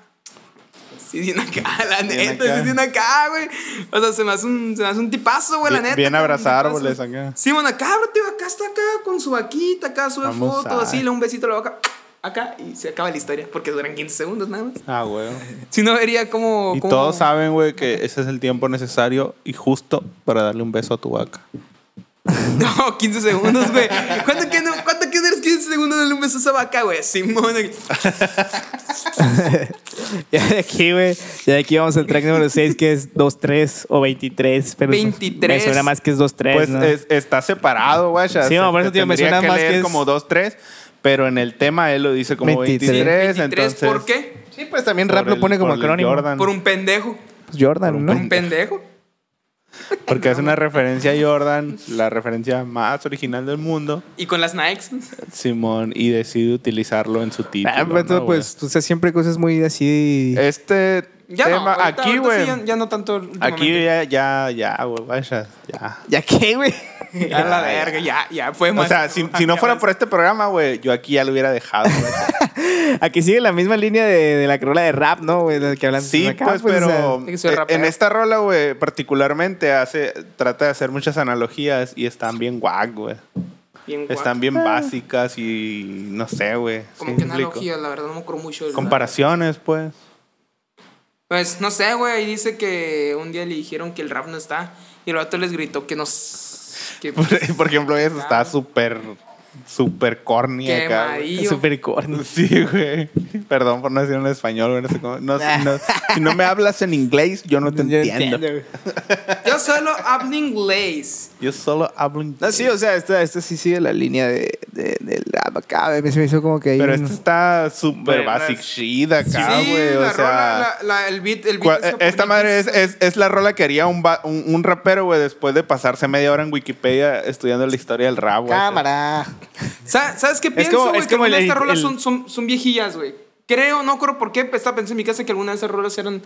[SPEAKER 1] Sí, es bien acá, la
[SPEAKER 3] Bien
[SPEAKER 1] neta,
[SPEAKER 3] acá.
[SPEAKER 1] sí es bien acá, güey. O sea, se me hace un, se me hace un tipazo, güey, la
[SPEAKER 3] Bien,
[SPEAKER 1] neta.
[SPEAKER 3] bien
[SPEAKER 1] acá, un
[SPEAKER 3] abrazar
[SPEAKER 1] tipazo.
[SPEAKER 3] árboles acá.
[SPEAKER 1] Sí, bueno, acá, bro, tío, acá está acá con su vaquita, acá sube
[SPEAKER 3] Vamos
[SPEAKER 1] fotos,
[SPEAKER 3] a-
[SPEAKER 1] así, le da un besito a la vaca, acá, y se acaba la historia, porque duran 15 segundos nada más.
[SPEAKER 3] Ah, güey.
[SPEAKER 1] Si no, vería como...
[SPEAKER 3] Y
[SPEAKER 1] como-
[SPEAKER 3] todos saben, güey, que ese es el tiempo necesario y justo para darle un beso a tu vaca.
[SPEAKER 1] No, 15 segundos, güey. ¿Cuánto que no? ¿Cuánto que no eres 15 segundos de un beso a esa vaca, güey? Simón.
[SPEAKER 4] Ya de aquí, güey. Ya de aquí vamos al track número 6, que es 2-3 o 23. Pero
[SPEAKER 1] 23.
[SPEAKER 4] Me suena más que es 2-3.
[SPEAKER 3] Pues
[SPEAKER 4] ¿no?
[SPEAKER 3] es- está separado, güey.
[SPEAKER 4] Sí, no, por eso, tío, me suena más que es-
[SPEAKER 3] como 2, 3, pero en el tema él lo dice como
[SPEAKER 4] 23.
[SPEAKER 3] 23,
[SPEAKER 1] 23,
[SPEAKER 3] entonces...
[SPEAKER 1] ¿por qué?
[SPEAKER 4] sí, pues también
[SPEAKER 3] por
[SPEAKER 4] rap lo
[SPEAKER 3] el-
[SPEAKER 4] pone como
[SPEAKER 3] por el
[SPEAKER 4] acrónimo.
[SPEAKER 3] Jordan,
[SPEAKER 1] Por un pendejo.
[SPEAKER 4] Pues Jordan,
[SPEAKER 1] Por
[SPEAKER 4] ¿no?
[SPEAKER 1] un pendejo.
[SPEAKER 3] Porque hace una referencia a Jordan, la referencia más original del mundo,
[SPEAKER 1] Y con las Nikes.
[SPEAKER 3] Simón, y decide utilizarlo en su título.
[SPEAKER 4] Ah, pero
[SPEAKER 3] ¿no, güey?
[SPEAKER 4] pues, o sea, siempre cosas muy así.
[SPEAKER 3] Este
[SPEAKER 1] Ya no,
[SPEAKER 3] tema,
[SPEAKER 1] ahorita-
[SPEAKER 3] aquí,
[SPEAKER 1] ahorita
[SPEAKER 3] güey.
[SPEAKER 1] sí, este ya, ya no tanto.
[SPEAKER 3] aquí
[SPEAKER 1] últimamente.
[SPEAKER 3] ya, ya, ya, güey, vaya, ya.
[SPEAKER 4] ¿Ya qué, güey?
[SPEAKER 1] Ya la verga, ya, ya fue
[SPEAKER 3] O
[SPEAKER 1] más.
[SPEAKER 3] sea, si, si no fuera por este programa, güey, yo aquí ya lo hubiera dejado. güey.
[SPEAKER 4] Aquí sigue la misma línea de, de la corola de rap, ¿no? güey? La que hablan
[SPEAKER 3] Sí,
[SPEAKER 4] acá,
[SPEAKER 3] pues,
[SPEAKER 4] o sea,
[SPEAKER 3] pero
[SPEAKER 1] que soy
[SPEAKER 3] eh,
[SPEAKER 1] rapero.
[SPEAKER 3] en esta rola, güey, particularmente hace, trata de hacer muchas analogías y están bien guac, güey.
[SPEAKER 1] Bien guapo.
[SPEAKER 3] Están bien básicas y no sé, güey.
[SPEAKER 1] Como
[SPEAKER 3] ¿sí
[SPEAKER 1] que
[SPEAKER 3] me explico?
[SPEAKER 1] analogía, la verdad, no me acuerdo mucho. del-
[SPEAKER 3] Comparaciones, pues.
[SPEAKER 1] Pues no sé, güey. ahí Dice que un día le dijeron que el rap no está. Y el vato les gritó que nos. Que,
[SPEAKER 3] Por, por ejemplo, eso está súper, súper corny acá. güey.
[SPEAKER 1] Quemadillo.
[SPEAKER 4] Súper corny.
[SPEAKER 3] Sí, güey. Perdón por no decirlo en español, güey. No sé cómo- no sé- no- si no me hablas en inglés, yo no te
[SPEAKER 4] Yo
[SPEAKER 3] entiendo.
[SPEAKER 4] entiendo, güey.
[SPEAKER 1] Yo solo hablo inglés.
[SPEAKER 3] Yo solo hablo inglés.
[SPEAKER 4] No, sí, o sea, esta, esta sí sigue la línea de, de, del rap acá. güey. Se me hizo como que ahí
[SPEAKER 3] Pero este
[SPEAKER 4] un-
[SPEAKER 3] esta está súper
[SPEAKER 2] Bueno,
[SPEAKER 3] basic
[SPEAKER 2] es-
[SPEAKER 3] shit acá,
[SPEAKER 1] sí,
[SPEAKER 3] güey.
[SPEAKER 1] la
[SPEAKER 3] O sea.
[SPEAKER 1] rola, la, la- el beat, el
[SPEAKER 3] Cua-
[SPEAKER 1] beat
[SPEAKER 3] eh, Esta madre es, es, es la rola que haría un, va- un, un rapero, güey, después de pasarse media hora en Wikipedia estudiando la historia del rap, güey.
[SPEAKER 4] Cámara.
[SPEAKER 1] Sa- ¿Sabes qué pienso,
[SPEAKER 4] como-
[SPEAKER 1] güey?
[SPEAKER 4] es
[SPEAKER 1] Que
[SPEAKER 4] como
[SPEAKER 1] algunas de
[SPEAKER 4] el-
[SPEAKER 1] estas rolas
[SPEAKER 4] el-
[SPEAKER 1] son, son, son viejillas, güey. Creo, no recuerdo por qué, pero estaba pensando en mi casa que algunas de esas rolas eran,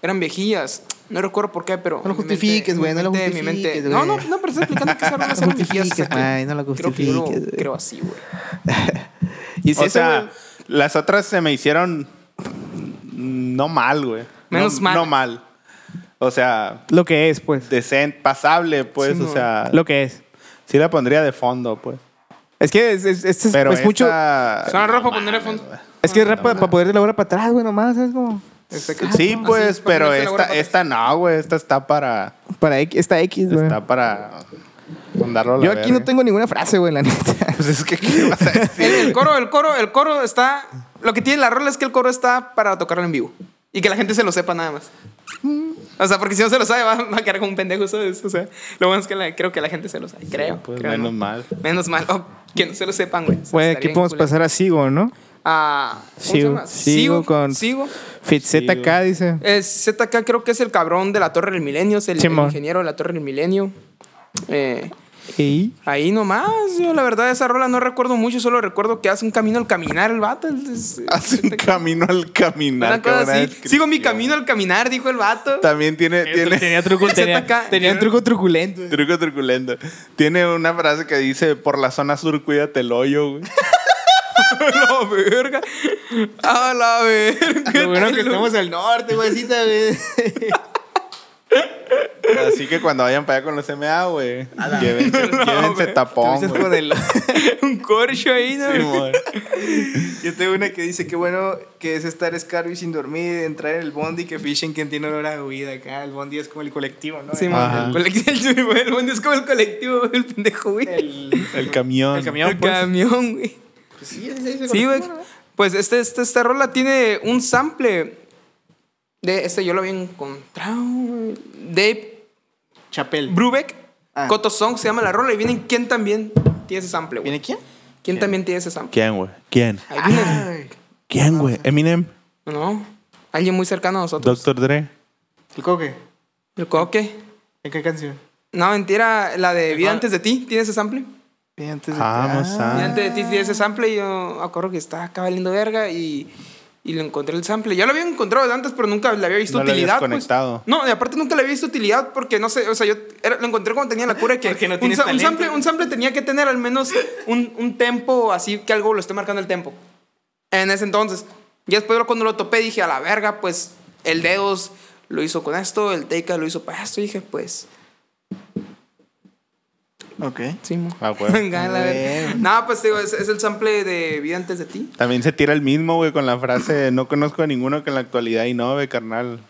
[SPEAKER 1] eran viejillas. No recuerdo por qué, pero...
[SPEAKER 4] No lo
[SPEAKER 1] mi mente-
[SPEAKER 4] justifiques, güey,
[SPEAKER 1] mi
[SPEAKER 4] no lo
[SPEAKER 1] mente- mi mente-
[SPEAKER 4] justifiques,
[SPEAKER 1] No, no,
[SPEAKER 4] güey.
[SPEAKER 1] no, pero estoy explicando que esas rolas
[SPEAKER 4] No lo
[SPEAKER 1] eran viejillas.
[SPEAKER 4] justifiques,
[SPEAKER 1] o sea, que
[SPEAKER 4] güey, no lo
[SPEAKER 1] Creo que yo lo-
[SPEAKER 4] justifiques, güey.
[SPEAKER 1] creo así, güey.
[SPEAKER 4] Y si
[SPEAKER 3] O
[SPEAKER 4] ese,
[SPEAKER 3] sea,
[SPEAKER 4] güey-
[SPEAKER 3] las otras se me hicieron no mal, güey.
[SPEAKER 1] Menos
[SPEAKER 3] no,
[SPEAKER 1] mal.
[SPEAKER 3] No mal. O sea,
[SPEAKER 4] lo que es, pues.
[SPEAKER 3] decente, pasable, pues.
[SPEAKER 1] Sí,
[SPEAKER 3] o
[SPEAKER 1] no.
[SPEAKER 3] sea,
[SPEAKER 4] Lo que es.
[SPEAKER 3] sí la pondría de fondo, pues.
[SPEAKER 4] Es que es, es- es- es-
[SPEAKER 3] Pero
[SPEAKER 4] es mucho.
[SPEAKER 3] esta-
[SPEAKER 1] Son ropa para ponerle fondo.
[SPEAKER 4] Es que es rap para poder de la hora para atrás, güey, nomás, ¿sabes? Como
[SPEAKER 3] Sí,
[SPEAKER 1] Así,
[SPEAKER 3] pues,
[SPEAKER 1] para
[SPEAKER 3] pero
[SPEAKER 1] ponerse la hora
[SPEAKER 3] esta,
[SPEAKER 1] para-
[SPEAKER 3] esta no, güey. Esta está para.
[SPEAKER 4] para X, está X, güey.
[SPEAKER 3] Está para. mandarlo a la
[SPEAKER 4] Yo aquí no
[SPEAKER 3] verga.
[SPEAKER 4] tengo ninguna frase, güey, la neta.
[SPEAKER 3] Pues es que, ¿qué vas a decir?
[SPEAKER 1] El, el coro, el coro, el coro está... Lo que tiene la rola es que el coro está para tocarlo en vivo. Y que la gente se lo sepa nada más. O sea, porque si no se lo sabe, va, va a quedar como un pendejo, ¿sabes? O sea, lo bueno es que la- creo que la gente se lo sabe. Creo.
[SPEAKER 3] Pues
[SPEAKER 1] creo,
[SPEAKER 3] menos
[SPEAKER 1] ¿no?
[SPEAKER 3] mal.
[SPEAKER 1] Menos mal. Oh, que no se lo sepan, güey.
[SPEAKER 4] Güey, aquí podemos pasar a Sigo, ¿no?
[SPEAKER 1] Ah,
[SPEAKER 4] Sigo, sigo con-
[SPEAKER 1] Sigo.
[SPEAKER 4] Fit
[SPEAKER 3] Sigo.
[SPEAKER 4] acá dice.
[SPEAKER 1] Es ZK creo que es el cabrón de la Torre del Milenio, es el, el
[SPEAKER 4] Simón.
[SPEAKER 1] ingeniero de la Torre del Milenio. Eh,
[SPEAKER 4] Ey.
[SPEAKER 1] ahí nomás, yo la verdad esa rola no recuerdo mucho, solo recuerdo que hace un camino al caminar el vato. es- es-
[SPEAKER 3] Hace un camino al caminar.
[SPEAKER 1] una
[SPEAKER 3] qué
[SPEAKER 1] cosa
[SPEAKER 3] buena
[SPEAKER 1] así.
[SPEAKER 3] descripción.
[SPEAKER 1] Sigo mi camino al caminar, dijo el vato.
[SPEAKER 3] También tiene, tiene
[SPEAKER 4] Tenía truco, tenía,
[SPEAKER 1] ZK.
[SPEAKER 4] tenía un truco truculento.
[SPEAKER 3] truco truculento. Tiene una frase que dice: Por la zona sur, cuídate el hoyo, güey.
[SPEAKER 1] la verga. A la verga.
[SPEAKER 4] Lo bueno que estamos al norte, güey, sí, también.
[SPEAKER 3] Así que cuando vayan para allá con los MA, güey, llévense, llévense tapón.
[SPEAKER 4] Camisas
[SPEAKER 3] güey.
[SPEAKER 4] con el-
[SPEAKER 1] Un corcho ahí, ¿no?
[SPEAKER 3] Simón.
[SPEAKER 4] Yo tengo una que dice, qué bueno que es estar escarbio y sin dormir, entrar en el bondi, que fichen quien tiene hora de huida acá. El bondi es como el colectivo, ¿no?
[SPEAKER 1] Sí,
[SPEAKER 4] el,
[SPEAKER 1] man,
[SPEAKER 3] Ajá.
[SPEAKER 1] el, colectivo, el mundo es como el colectivo, el pendejo, güey.
[SPEAKER 4] el-
[SPEAKER 3] El camión.
[SPEAKER 4] El camión.
[SPEAKER 1] El camión, güey.
[SPEAKER 4] pues sí, es ese
[SPEAKER 1] Sí, güey.
[SPEAKER 4] colectivo, ¿no?
[SPEAKER 1] Pues este, este, esta rola tiene un sample. De este yo lo había encontrado, güey. Dave
[SPEAKER 4] Chapel.
[SPEAKER 1] Brubeck.
[SPEAKER 4] Ah.
[SPEAKER 1] Coto Song se llama la rola. Y vienen quién también tiene ese sample, güey.
[SPEAKER 4] ¿Viene quién? Ah.
[SPEAKER 1] ¿Quién también tiene ese sample?
[SPEAKER 3] ¿Quién, güey? ¿Quién?
[SPEAKER 1] Ahí vienen.
[SPEAKER 3] ¿Quién, güey? Eminem,
[SPEAKER 1] No. Alguien muy cercano a nosotros.
[SPEAKER 3] Dr. Dre.
[SPEAKER 2] ¿El coque?
[SPEAKER 1] El coque.
[SPEAKER 2] ¿En qué canción?
[SPEAKER 1] No, mentira. La de Vida antes de ti. ¿Tiene ese sample?
[SPEAKER 2] Bien, antes de-
[SPEAKER 3] Vamos
[SPEAKER 2] Ah,
[SPEAKER 1] Y
[SPEAKER 3] a...
[SPEAKER 1] antes de ti di ese sample y yo me acuerdo que estaba acá valiendo verga y, y lo encontré el sample. Ya lo había encontrado de antes, pero nunca le había visto
[SPEAKER 3] No lo habías
[SPEAKER 1] utilidad. pues.
[SPEAKER 3] conectado.
[SPEAKER 1] No, y aparte nunca le había visto utilidad porque no sé, o sea, yo era- lo encontré cuando tenía la cura de que
[SPEAKER 2] Porque no
[SPEAKER 1] un,
[SPEAKER 2] tienes
[SPEAKER 1] sa- un
[SPEAKER 2] talento.
[SPEAKER 1] sample, un sample tenía que tener al menos un, un tempo así que algo lo esté marcando el tempo. En ese entonces. Y después lo- cuando lo topé dije, a la verga, pues el dedos lo hizo con esto, el Teika lo hizo para esto. Y dije, pues,
[SPEAKER 2] Ok.
[SPEAKER 1] sí, mo.
[SPEAKER 3] Ah, güey.
[SPEAKER 1] Venga, la verga.
[SPEAKER 2] Bueno.
[SPEAKER 1] No, pues te digo, es, es el sample de Vida antes de ti.
[SPEAKER 3] También se tira el mismo, güey, con la frase no conozco a ninguno que en la actualidad innove, carnal.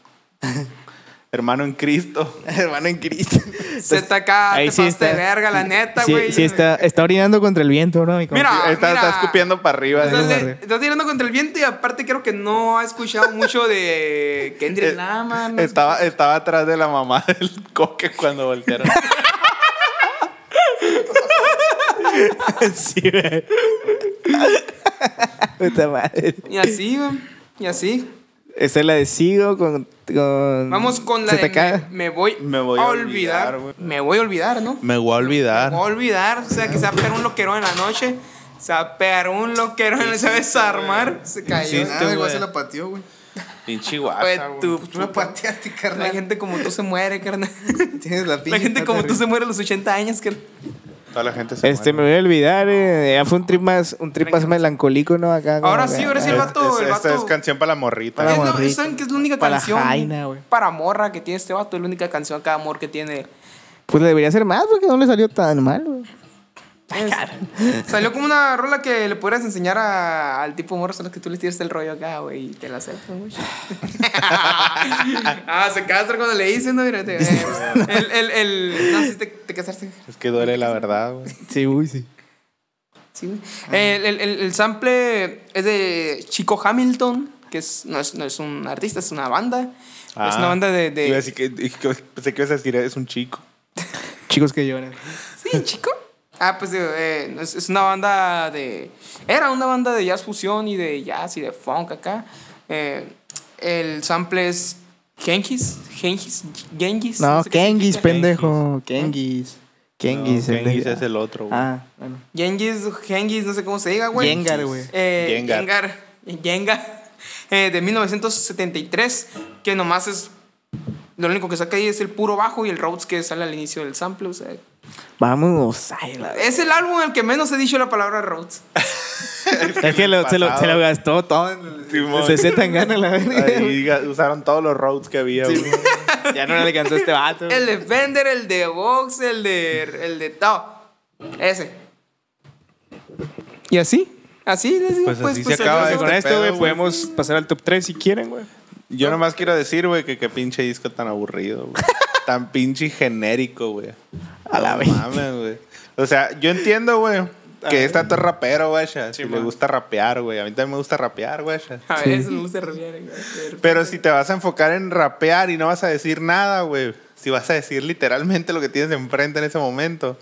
[SPEAKER 3] Hermano en Cristo.
[SPEAKER 2] Hermano en Cristo.
[SPEAKER 4] Pues,
[SPEAKER 1] ZK, te pasaste de verga, la neta,
[SPEAKER 4] sí,
[SPEAKER 1] güey.
[SPEAKER 4] sí está, está orinando contra el viento, ¿no? Y como-
[SPEAKER 1] Mira,
[SPEAKER 3] está,
[SPEAKER 1] mira.
[SPEAKER 3] está escupiendo para arriba. eh.
[SPEAKER 1] Estás,
[SPEAKER 3] ¿sí?
[SPEAKER 1] le- estás tirando contra el viento y aparte creo que no ha escuchado mucho de Kendrick
[SPEAKER 3] Eh,
[SPEAKER 1] Lama. no
[SPEAKER 3] Estaba, estaba atrás de la mamá del coque cuando voltearon.
[SPEAKER 4] sí, güey. Puta madre.
[SPEAKER 1] sé. Y así, güey. Y así.
[SPEAKER 4] Esa es la de Sigo con, con.
[SPEAKER 1] Vamos con la
[SPEAKER 4] ¿Se te
[SPEAKER 1] de me,
[SPEAKER 4] cae?
[SPEAKER 1] me voy
[SPEAKER 3] Me voy a olvidar, güey.
[SPEAKER 1] me voy a olvidar, ¿no?
[SPEAKER 3] Me voy a
[SPEAKER 1] Me voy a
[SPEAKER 3] olvidar.
[SPEAKER 1] olvidar. O sea, que se va a pegar un loquero en la noche. Se va a pegar un loquero en la se va a desarmar. Se cayó.
[SPEAKER 3] Hiciste,
[SPEAKER 2] Ah, el güey
[SPEAKER 3] güey.
[SPEAKER 2] se la pateó, güey.
[SPEAKER 3] Pinche
[SPEAKER 1] Güey,
[SPEAKER 3] guasa, güey.
[SPEAKER 1] tú-
[SPEAKER 2] Tú la pateaste,
[SPEAKER 1] La
[SPEAKER 2] carnal.
[SPEAKER 1] gente como tú se muere, carnal.
[SPEAKER 2] Tienes la
[SPEAKER 1] La
[SPEAKER 2] pinche
[SPEAKER 1] gente
[SPEAKER 2] parte
[SPEAKER 1] como tú
[SPEAKER 2] arriba.
[SPEAKER 1] se muere a los 80 años, carnal.
[SPEAKER 3] Toda la gente se
[SPEAKER 4] Este, me
[SPEAKER 3] muere.
[SPEAKER 4] voy a olvidar. eh, Ya fue un trip más, un trip más melancólico, ¿no? Acá. como
[SPEAKER 1] Ahora
[SPEAKER 4] que-
[SPEAKER 1] sí, ahora sí el
[SPEAKER 4] ah,
[SPEAKER 1] vato, el
[SPEAKER 3] Es- Esta es
[SPEAKER 1] vato.
[SPEAKER 3] canción para la morrita.
[SPEAKER 4] Para
[SPEAKER 1] Es lo-
[SPEAKER 4] morrita.
[SPEAKER 1] ¿Saben que es la única
[SPEAKER 4] Para
[SPEAKER 1] canción
[SPEAKER 4] Jaina, güey.
[SPEAKER 1] para morra que tiene este vato? Es la única canción cada amor que tiene.
[SPEAKER 4] Pues le debería hacer más porque no le salió tan mal, güey.
[SPEAKER 1] Es- salió como una rola que le pudieras enseñar a- al tipo morro, solo que tú le tires el rollo acá, güey, y te la aceptan, güey. ah, se castra cuando le dicen, no, mírate. eh, el, el, el, no, sí, te, te casaste.
[SPEAKER 3] Es que duele la verdad, güey.
[SPEAKER 4] Sí, uy, sí.
[SPEAKER 1] Sí, güey. El, el, el, el sample es de Chico Hamilton, que es, no, es, no es un artista, es una banda. Es una banda de... de-
[SPEAKER 3] Ah. Iba a decir que, dije que- pensé que ibas a decir, es un chico.
[SPEAKER 4] Chicos que lloran.
[SPEAKER 1] Sí, chico. Ah, pues digo, eh, es, es una banda de... Era una banda de jazz fusión y de jazz y de funk acá. Eh, el sample es Genghis. Genghis. Genghis.
[SPEAKER 4] No,
[SPEAKER 1] sé qué
[SPEAKER 4] Kengis,
[SPEAKER 1] significa.
[SPEAKER 4] pendejo. Kengis. Kengis.
[SPEAKER 3] No,
[SPEAKER 4] el de-
[SPEAKER 3] Genghis es el otro, güey.
[SPEAKER 4] Ah, bueno.
[SPEAKER 1] Genghis, Genghis, no sé cómo se diga, güey.
[SPEAKER 4] Yengar, güey.
[SPEAKER 1] Eh,
[SPEAKER 3] Yengar.
[SPEAKER 1] Yengar. Yengar, eh, de 1973, que nomás es... Lo único que saca ahí es el puro bajo y el Rhodes que sale al inicio del sample. O sea,
[SPEAKER 4] Vámonos. ay, la-
[SPEAKER 1] es el álbum en el que menos he dicho la palabra Rhodes.
[SPEAKER 4] Es que lo- se, lo, se lo gastó todo.
[SPEAKER 3] Simón.
[SPEAKER 4] Se se tan gana la verga.
[SPEAKER 3] Ahí ga- usaron todos los roads que había, güey.
[SPEAKER 4] Ya no le alcanzó este vato.
[SPEAKER 1] El de Fender, el de Vox, el de. el de Tao. Ese. ¿Y así? Así les digo,
[SPEAKER 3] Pues
[SPEAKER 1] pues,
[SPEAKER 3] así
[SPEAKER 1] pues,
[SPEAKER 3] se acaba
[SPEAKER 1] entonces-
[SPEAKER 4] Con
[SPEAKER 3] de Este
[SPEAKER 4] esto,
[SPEAKER 3] pedo,
[SPEAKER 4] güey,
[SPEAKER 3] güey.
[SPEAKER 4] podemos pasar al top 3 si quieren, güey.
[SPEAKER 3] Yo nomás quiero decir, güey, que qué pinche disco tan aburrido, güey. tan pinche genérico, güey.
[SPEAKER 4] A la
[SPEAKER 3] No
[SPEAKER 4] vez.
[SPEAKER 3] mames, güey. O sea, yo entiendo, güey, que está todo rapero, güey. ya, Si le gusta rapear, güey. A mí también me gusta rapear, güey. ya.
[SPEAKER 1] A ver, eso me gusta rabiar, güey.
[SPEAKER 3] Pero si te vas a enfocar en rapear y no vas a decir nada, güey. Si vas a decir literalmente lo que tienes enfrente en ese momento,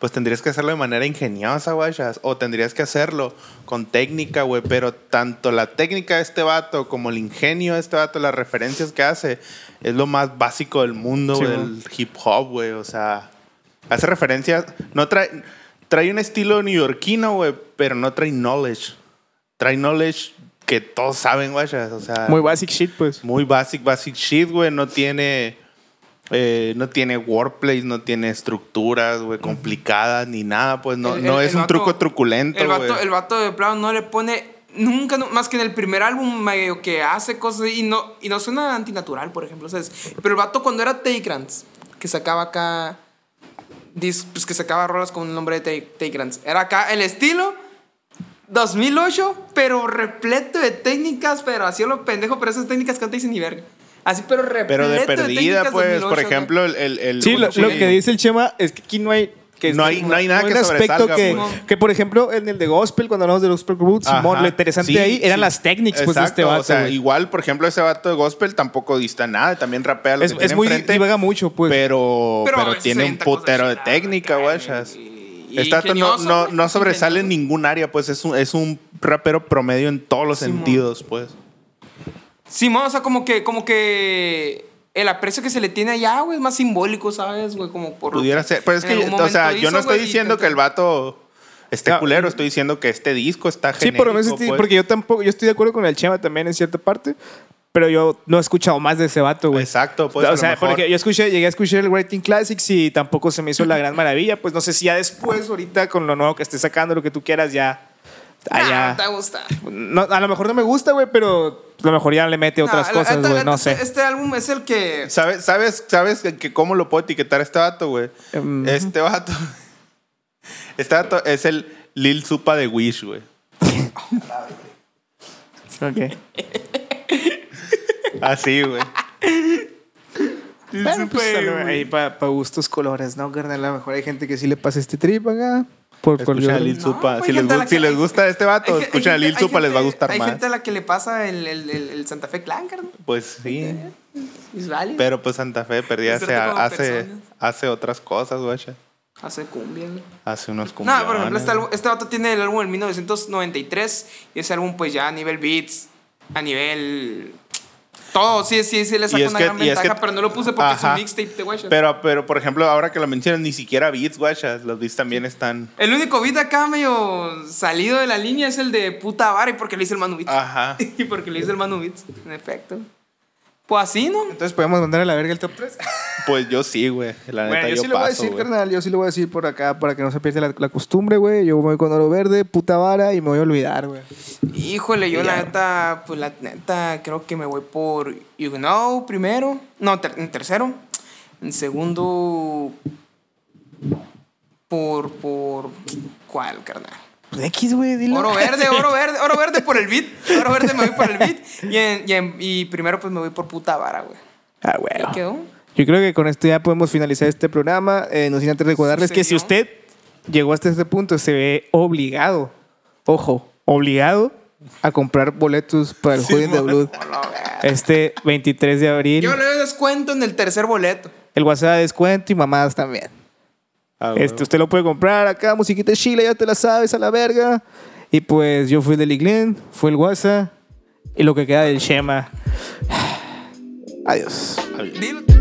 [SPEAKER 3] pues tendrías que hacerlo de manera ingeniosa, güey. ya, O tendrías que hacerlo con técnica, güey. Pero tanto la técnica de este vato como el ingenio de este vato, las referencias que hace, es lo más básico del mundo,
[SPEAKER 4] Sí,
[SPEAKER 3] güey,
[SPEAKER 4] güey.
[SPEAKER 3] del hip hop, güey. O sea, hace referencias. No trae. Trae un estilo neoyorquino, güey, pero no trae knowledge. Trae knowledge que todos saben, güey. ya, O sea,
[SPEAKER 4] Muy basic shit, pues.
[SPEAKER 3] Ah. muy basic, basic shit, güey. No tiene. eh, no tiene workplace, no tiene estructuras, güey, complicadas ni nada, pues no,
[SPEAKER 1] El-
[SPEAKER 3] no
[SPEAKER 1] el-
[SPEAKER 3] es
[SPEAKER 1] el
[SPEAKER 3] un
[SPEAKER 1] vato-
[SPEAKER 3] truco truculento,
[SPEAKER 1] El
[SPEAKER 3] güey.
[SPEAKER 1] vato, el vato de plano no le pone. Nunca, no- más que en el primer álbum, medio que hace cosas y no, y no suena antinatural, por ejemplo, ¿sabes? Pero el vato cuando era Taygrants, que sacaba acá. dis- Pues que sacaba rolas con el nombre de Taygrants. Era acá el estilo 2008, pero repleto de técnicas, pero así a lo pendejo, pero esas técnicas que no te dicen ni verga. Así, pero repleto
[SPEAKER 3] Pero de perdida,
[SPEAKER 1] técnicas
[SPEAKER 3] pues,
[SPEAKER 1] 2008,
[SPEAKER 3] por
[SPEAKER 1] güey.
[SPEAKER 3] ejemplo, el... el- el-
[SPEAKER 4] Sí, lo,
[SPEAKER 3] un-
[SPEAKER 4] lo que dice el Chema es que aquí no hay. Que
[SPEAKER 3] No hay- no hay nada
[SPEAKER 4] hay
[SPEAKER 3] que
[SPEAKER 4] un aspecto
[SPEAKER 3] sobresalga,
[SPEAKER 4] que,
[SPEAKER 1] pues.
[SPEAKER 4] que, por ejemplo, en el de Gospel, cuando hablamos de los Roots,
[SPEAKER 3] Ajá.
[SPEAKER 4] Simón, lo interesante
[SPEAKER 3] Sí,
[SPEAKER 4] ahí eran
[SPEAKER 3] sí.
[SPEAKER 4] las técnicas, pues, de este
[SPEAKER 3] Exacto,
[SPEAKER 4] vato.
[SPEAKER 3] O sea,
[SPEAKER 4] güey.
[SPEAKER 3] igual, por ejemplo, ese vato de gospel tampoco dista nada, también rapea lo
[SPEAKER 4] es,
[SPEAKER 3] que
[SPEAKER 4] es
[SPEAKER 3] tiene
[SPEAKER 4] muy.
[SPEAKER 3] enfrente,
[SPEAKER 4] divaga mucho, pues.
[SPEAKER 3] pero,
[SPEAKER 1] a
[SPEAKER 3] pero,
[SPEAKER 1] veces
[SPEAKER 3] tiene un
[SPEAKER 1] inventa cosas
[SPEAKER 3] putero de
[SPEAKER 1] chidas,
[SPEAKER 3] técnica,
[SPEAKER 1] güey,
[SPEAKER 3] güey.
[SPEAKER 1] Y, y
[SPEAKER 3] Este vato no,
[SPEAKER 1] ingenioso,
[SPEAKER 3] no,
[SPEAKER 1] güey,
[SPEAKER 3] no sobresale en
[SPEAKER 1] ingenioso.
[SPEAKER 3] ningún área, pues es un, es un rapero promedio en todos los
[SPEAKER 1] Simón.
[SPEAKER 3] sentidos, pues.
[SPEAKER 1] Simón, o sea, como que, como que el aprecio que se le tiene allá, güey, es más simbólico, ¿sabes? Güey, como por.
[SPEAKER 3] Pudiera ser. Pero es
[SPEAKER 1] en
[SPEAKER 3] que,
[SPEAKER 1] algún
[SPEAKER 3] o sea,
[SPEAKER 1] momento
[SPEAKER 3] yo no
[SPEAKER 1] hizo,
[SPEAKER 3] estoy
[SPEAKER 1] güey, y
[SPEAKER 3] diciendo que el vato esté
[SPEAKER 4] No.
[SPEAKER 3] culero, estoy diciendo que este disco está
[SPEAKER 4] Ah, mm.
[SPEAKER 3] pues.
[SPEAKER 4] Sí,
[SPEAKER 3] genial.
[SPEAKER 4] por lo menos, estoy- porque yo tampoco, yo estoy de acuerdo con el Chema también en cierta parte, pero yo no he escuchado más de ese vato, güey.
[SPEAKER 3] Exacto, pues.
[SPEAKER 4] o sea, porque
[SPEAKER 3] porque
[SPEAKER 4] yo escuché, llegué a escuchar el Writing Classics y tampoco se me hizo la gran maravilla. Pues no sé si ya después, ahorita con lo nuevo que esté sacando, lo que tú quieras, ya.
[SPEAKER 1] Nah,
[SPEAKER 4] allá-
[SPEAKER 1] no te gusta.
[SPEAKER 4] no, a lo mejor no me gusta, güey, pero a lo mejor ya le mete otras
[SPEAKER 1] Nah, la
[SPEAKER 4] cosas,
[SPEAKER 1] neta,
[SPEAKER 4] güey,
[SPEAKER 1] la
[SPEAKER 4] no
[SPEAKER 1] neta,
[SPEAKER 4] sé.
[SPEAKER 1] Este, este álbum es el que.
[SPEAKER 3] ¿Sabes, sabes, sabes que, que cómo lo puedo etiquetar a este vato, güey?
[SPEAKER 4] Em,
[SPEAKER 3] Este vato. Este vato es el Lil Supa de Wish, güey.
[SPEAKER 4] Ok.
[SPEAKER 3] Así, güey.
[SPEAKER 4] Bueno, pues, ahí para gustos colores, ¿no, carnal? A lo mejor hay gente que sí le pasa este trip acá. Por
[SPEAKER 3] Escuchen a
[SPEAKER 4] color.
[SPEAKER 3] Lil
[SPEAKER 1] No,
[SPEAKER 3] Supa.
[SPEAKER 1] pues,
[SPEAKER 3] si, les,
[SPEAKER 1] gente a la
[SPEAKER 3] gu- si
[SPEAKER 1] que-
[SPEAKER 3] les gusta este vato,
[SPEAKER 1] Hay ge-
[SPEAKER 3] escuchen
[SPEAKER 1] hay
[SPEAKER 3] a Lil
[SPEAKER 1] gente- hay
[SPEAKER 3] Supa, les va a
[SPEAKER 1] gente-
[SPEAKER 3] gustar
[SPEAKER 1] hay
[SPEAKER 3] más.
[SPEAKER 1] gente a la que le pasa el, el, el, el Santa Fe Clan, carnal.
[SPEAKER 3] Pues sí.
[SPEAKER 1] Es válido.
[SPEAKER 3] Pero pues Santa Fe perdía
[SPEAKER 1] Hacerte
[SPEAKER 3] hace,
[SPEAKER 1] como
[SPEAKER 3] hace,
[SPEAKER 1] personas.
[SPEAKER 3] hace otras cosas, güey.
[SPEAKER 1] Hace cumbia, güey.
[SPEAKER 3] Hace unos
[SPEAKER 1] No,
[SPEAKER 3] cumpleaños.
[SPEAKER 1] por ejemplo, este, álbum- este vato tiene el álbum del 1993 y ese álbum pues ya a nivel beats, a nivel... Todo, sí, sí, sí, le saca
[SPEAKER 3] es
[SPEAKER 1] una
[SPEAKER 3] que-
[SPEAKER 1] gran
[SPEAKER 3] y es
[SPEAKER 1] ventaja,
[SPEAKER 3] que-
[SPEAKER 1] pero no lo puse porque
[SPEAKER 3] Ajá.
[SPEAKER 1] es un mixtape, te guachas.
[SPEAKER 3] Pero, pero, por ejemplo, ahora que lo mencionas, ni siquiera beats, guachas. Los beats también están.
[SPEAKER 1] El único beat acá medio salido de la línea es el de puta vara y porque lo hizo el Manu Beats.
[SPEAKER 3] Ajá.
[SPEAKER 1] y porque lo hizo el Manu Beats, en efecto. Pues así, ¿no?
[SPEAKER 4] Entonces podemos mandar a la verga el top 3.
[SPEAKER 3] Pues yo sí, güey. La neta,
[SPEAKER 4] Bueno, yo,
[SPEAKER 3] yo,
[SPEAKER 4] sí lo
[SPEAKER 3] paso,
[SPEAKER 4] voy a decir,
[SPEAKER 3] güey.
[SPEAKER 4] carnal. Yo sí lo voy a decir por acá para que no se pierda la, la costumbre, güey. Yo me voy con oro verde, puta vara y me voy a olvidar, güey.
[SPEAKER 1] Híjole, yo la neta, pues la neta, creo que me voy por You Know primero. No, ter- en tercero. En segundo. Por. por ¿Cuál, carnal?
[SPEAKER 4] Pues X, güey, dilo.
[SPEAKER 1] Oro verde, oro verde, oro verde por el beat. Oro verde me voy por el beat. Y, en- y, en- y primero, pues me voy por puta vara, güey.
[SPEAKER 4] Ah,
[SPEAKER 1] ¿Ya
[SPEAKER 4] güey.
[SPEAKER 1] quedó?
[SPEAKER 4] Yo creo que con esto ya podemos finalizar este programa. Eh, no sin antes recordarles
[SPEAKER 1] Sí,
[SPEAKER 4] que si
[SPEAKER 1] señor.
[SPEAKER 4] usted llegó hasta este punto, se ve obligado, ojo, obligado a comprar boletos para el Judy de Blood
[SPEAKER 1] Oro verde.
[SPEAKER 4] este 23 de abril.
[SPEAKER 1] Yo le doy descuento en el tercer boleto.
[SPEAKER 4] El WhatsApp de descuento y mamadas también.
[SPEAKER 3] Ah, güey.
[SPEAKER 4] Este, usted lo puede comprar acá, musiquita chile, ya te la sabes a la verga. Y pues yo fui el del Iglén, fue el WhatsApp y lo que queda del Shema. Adiós.
[SPEAKER 1] Dilo.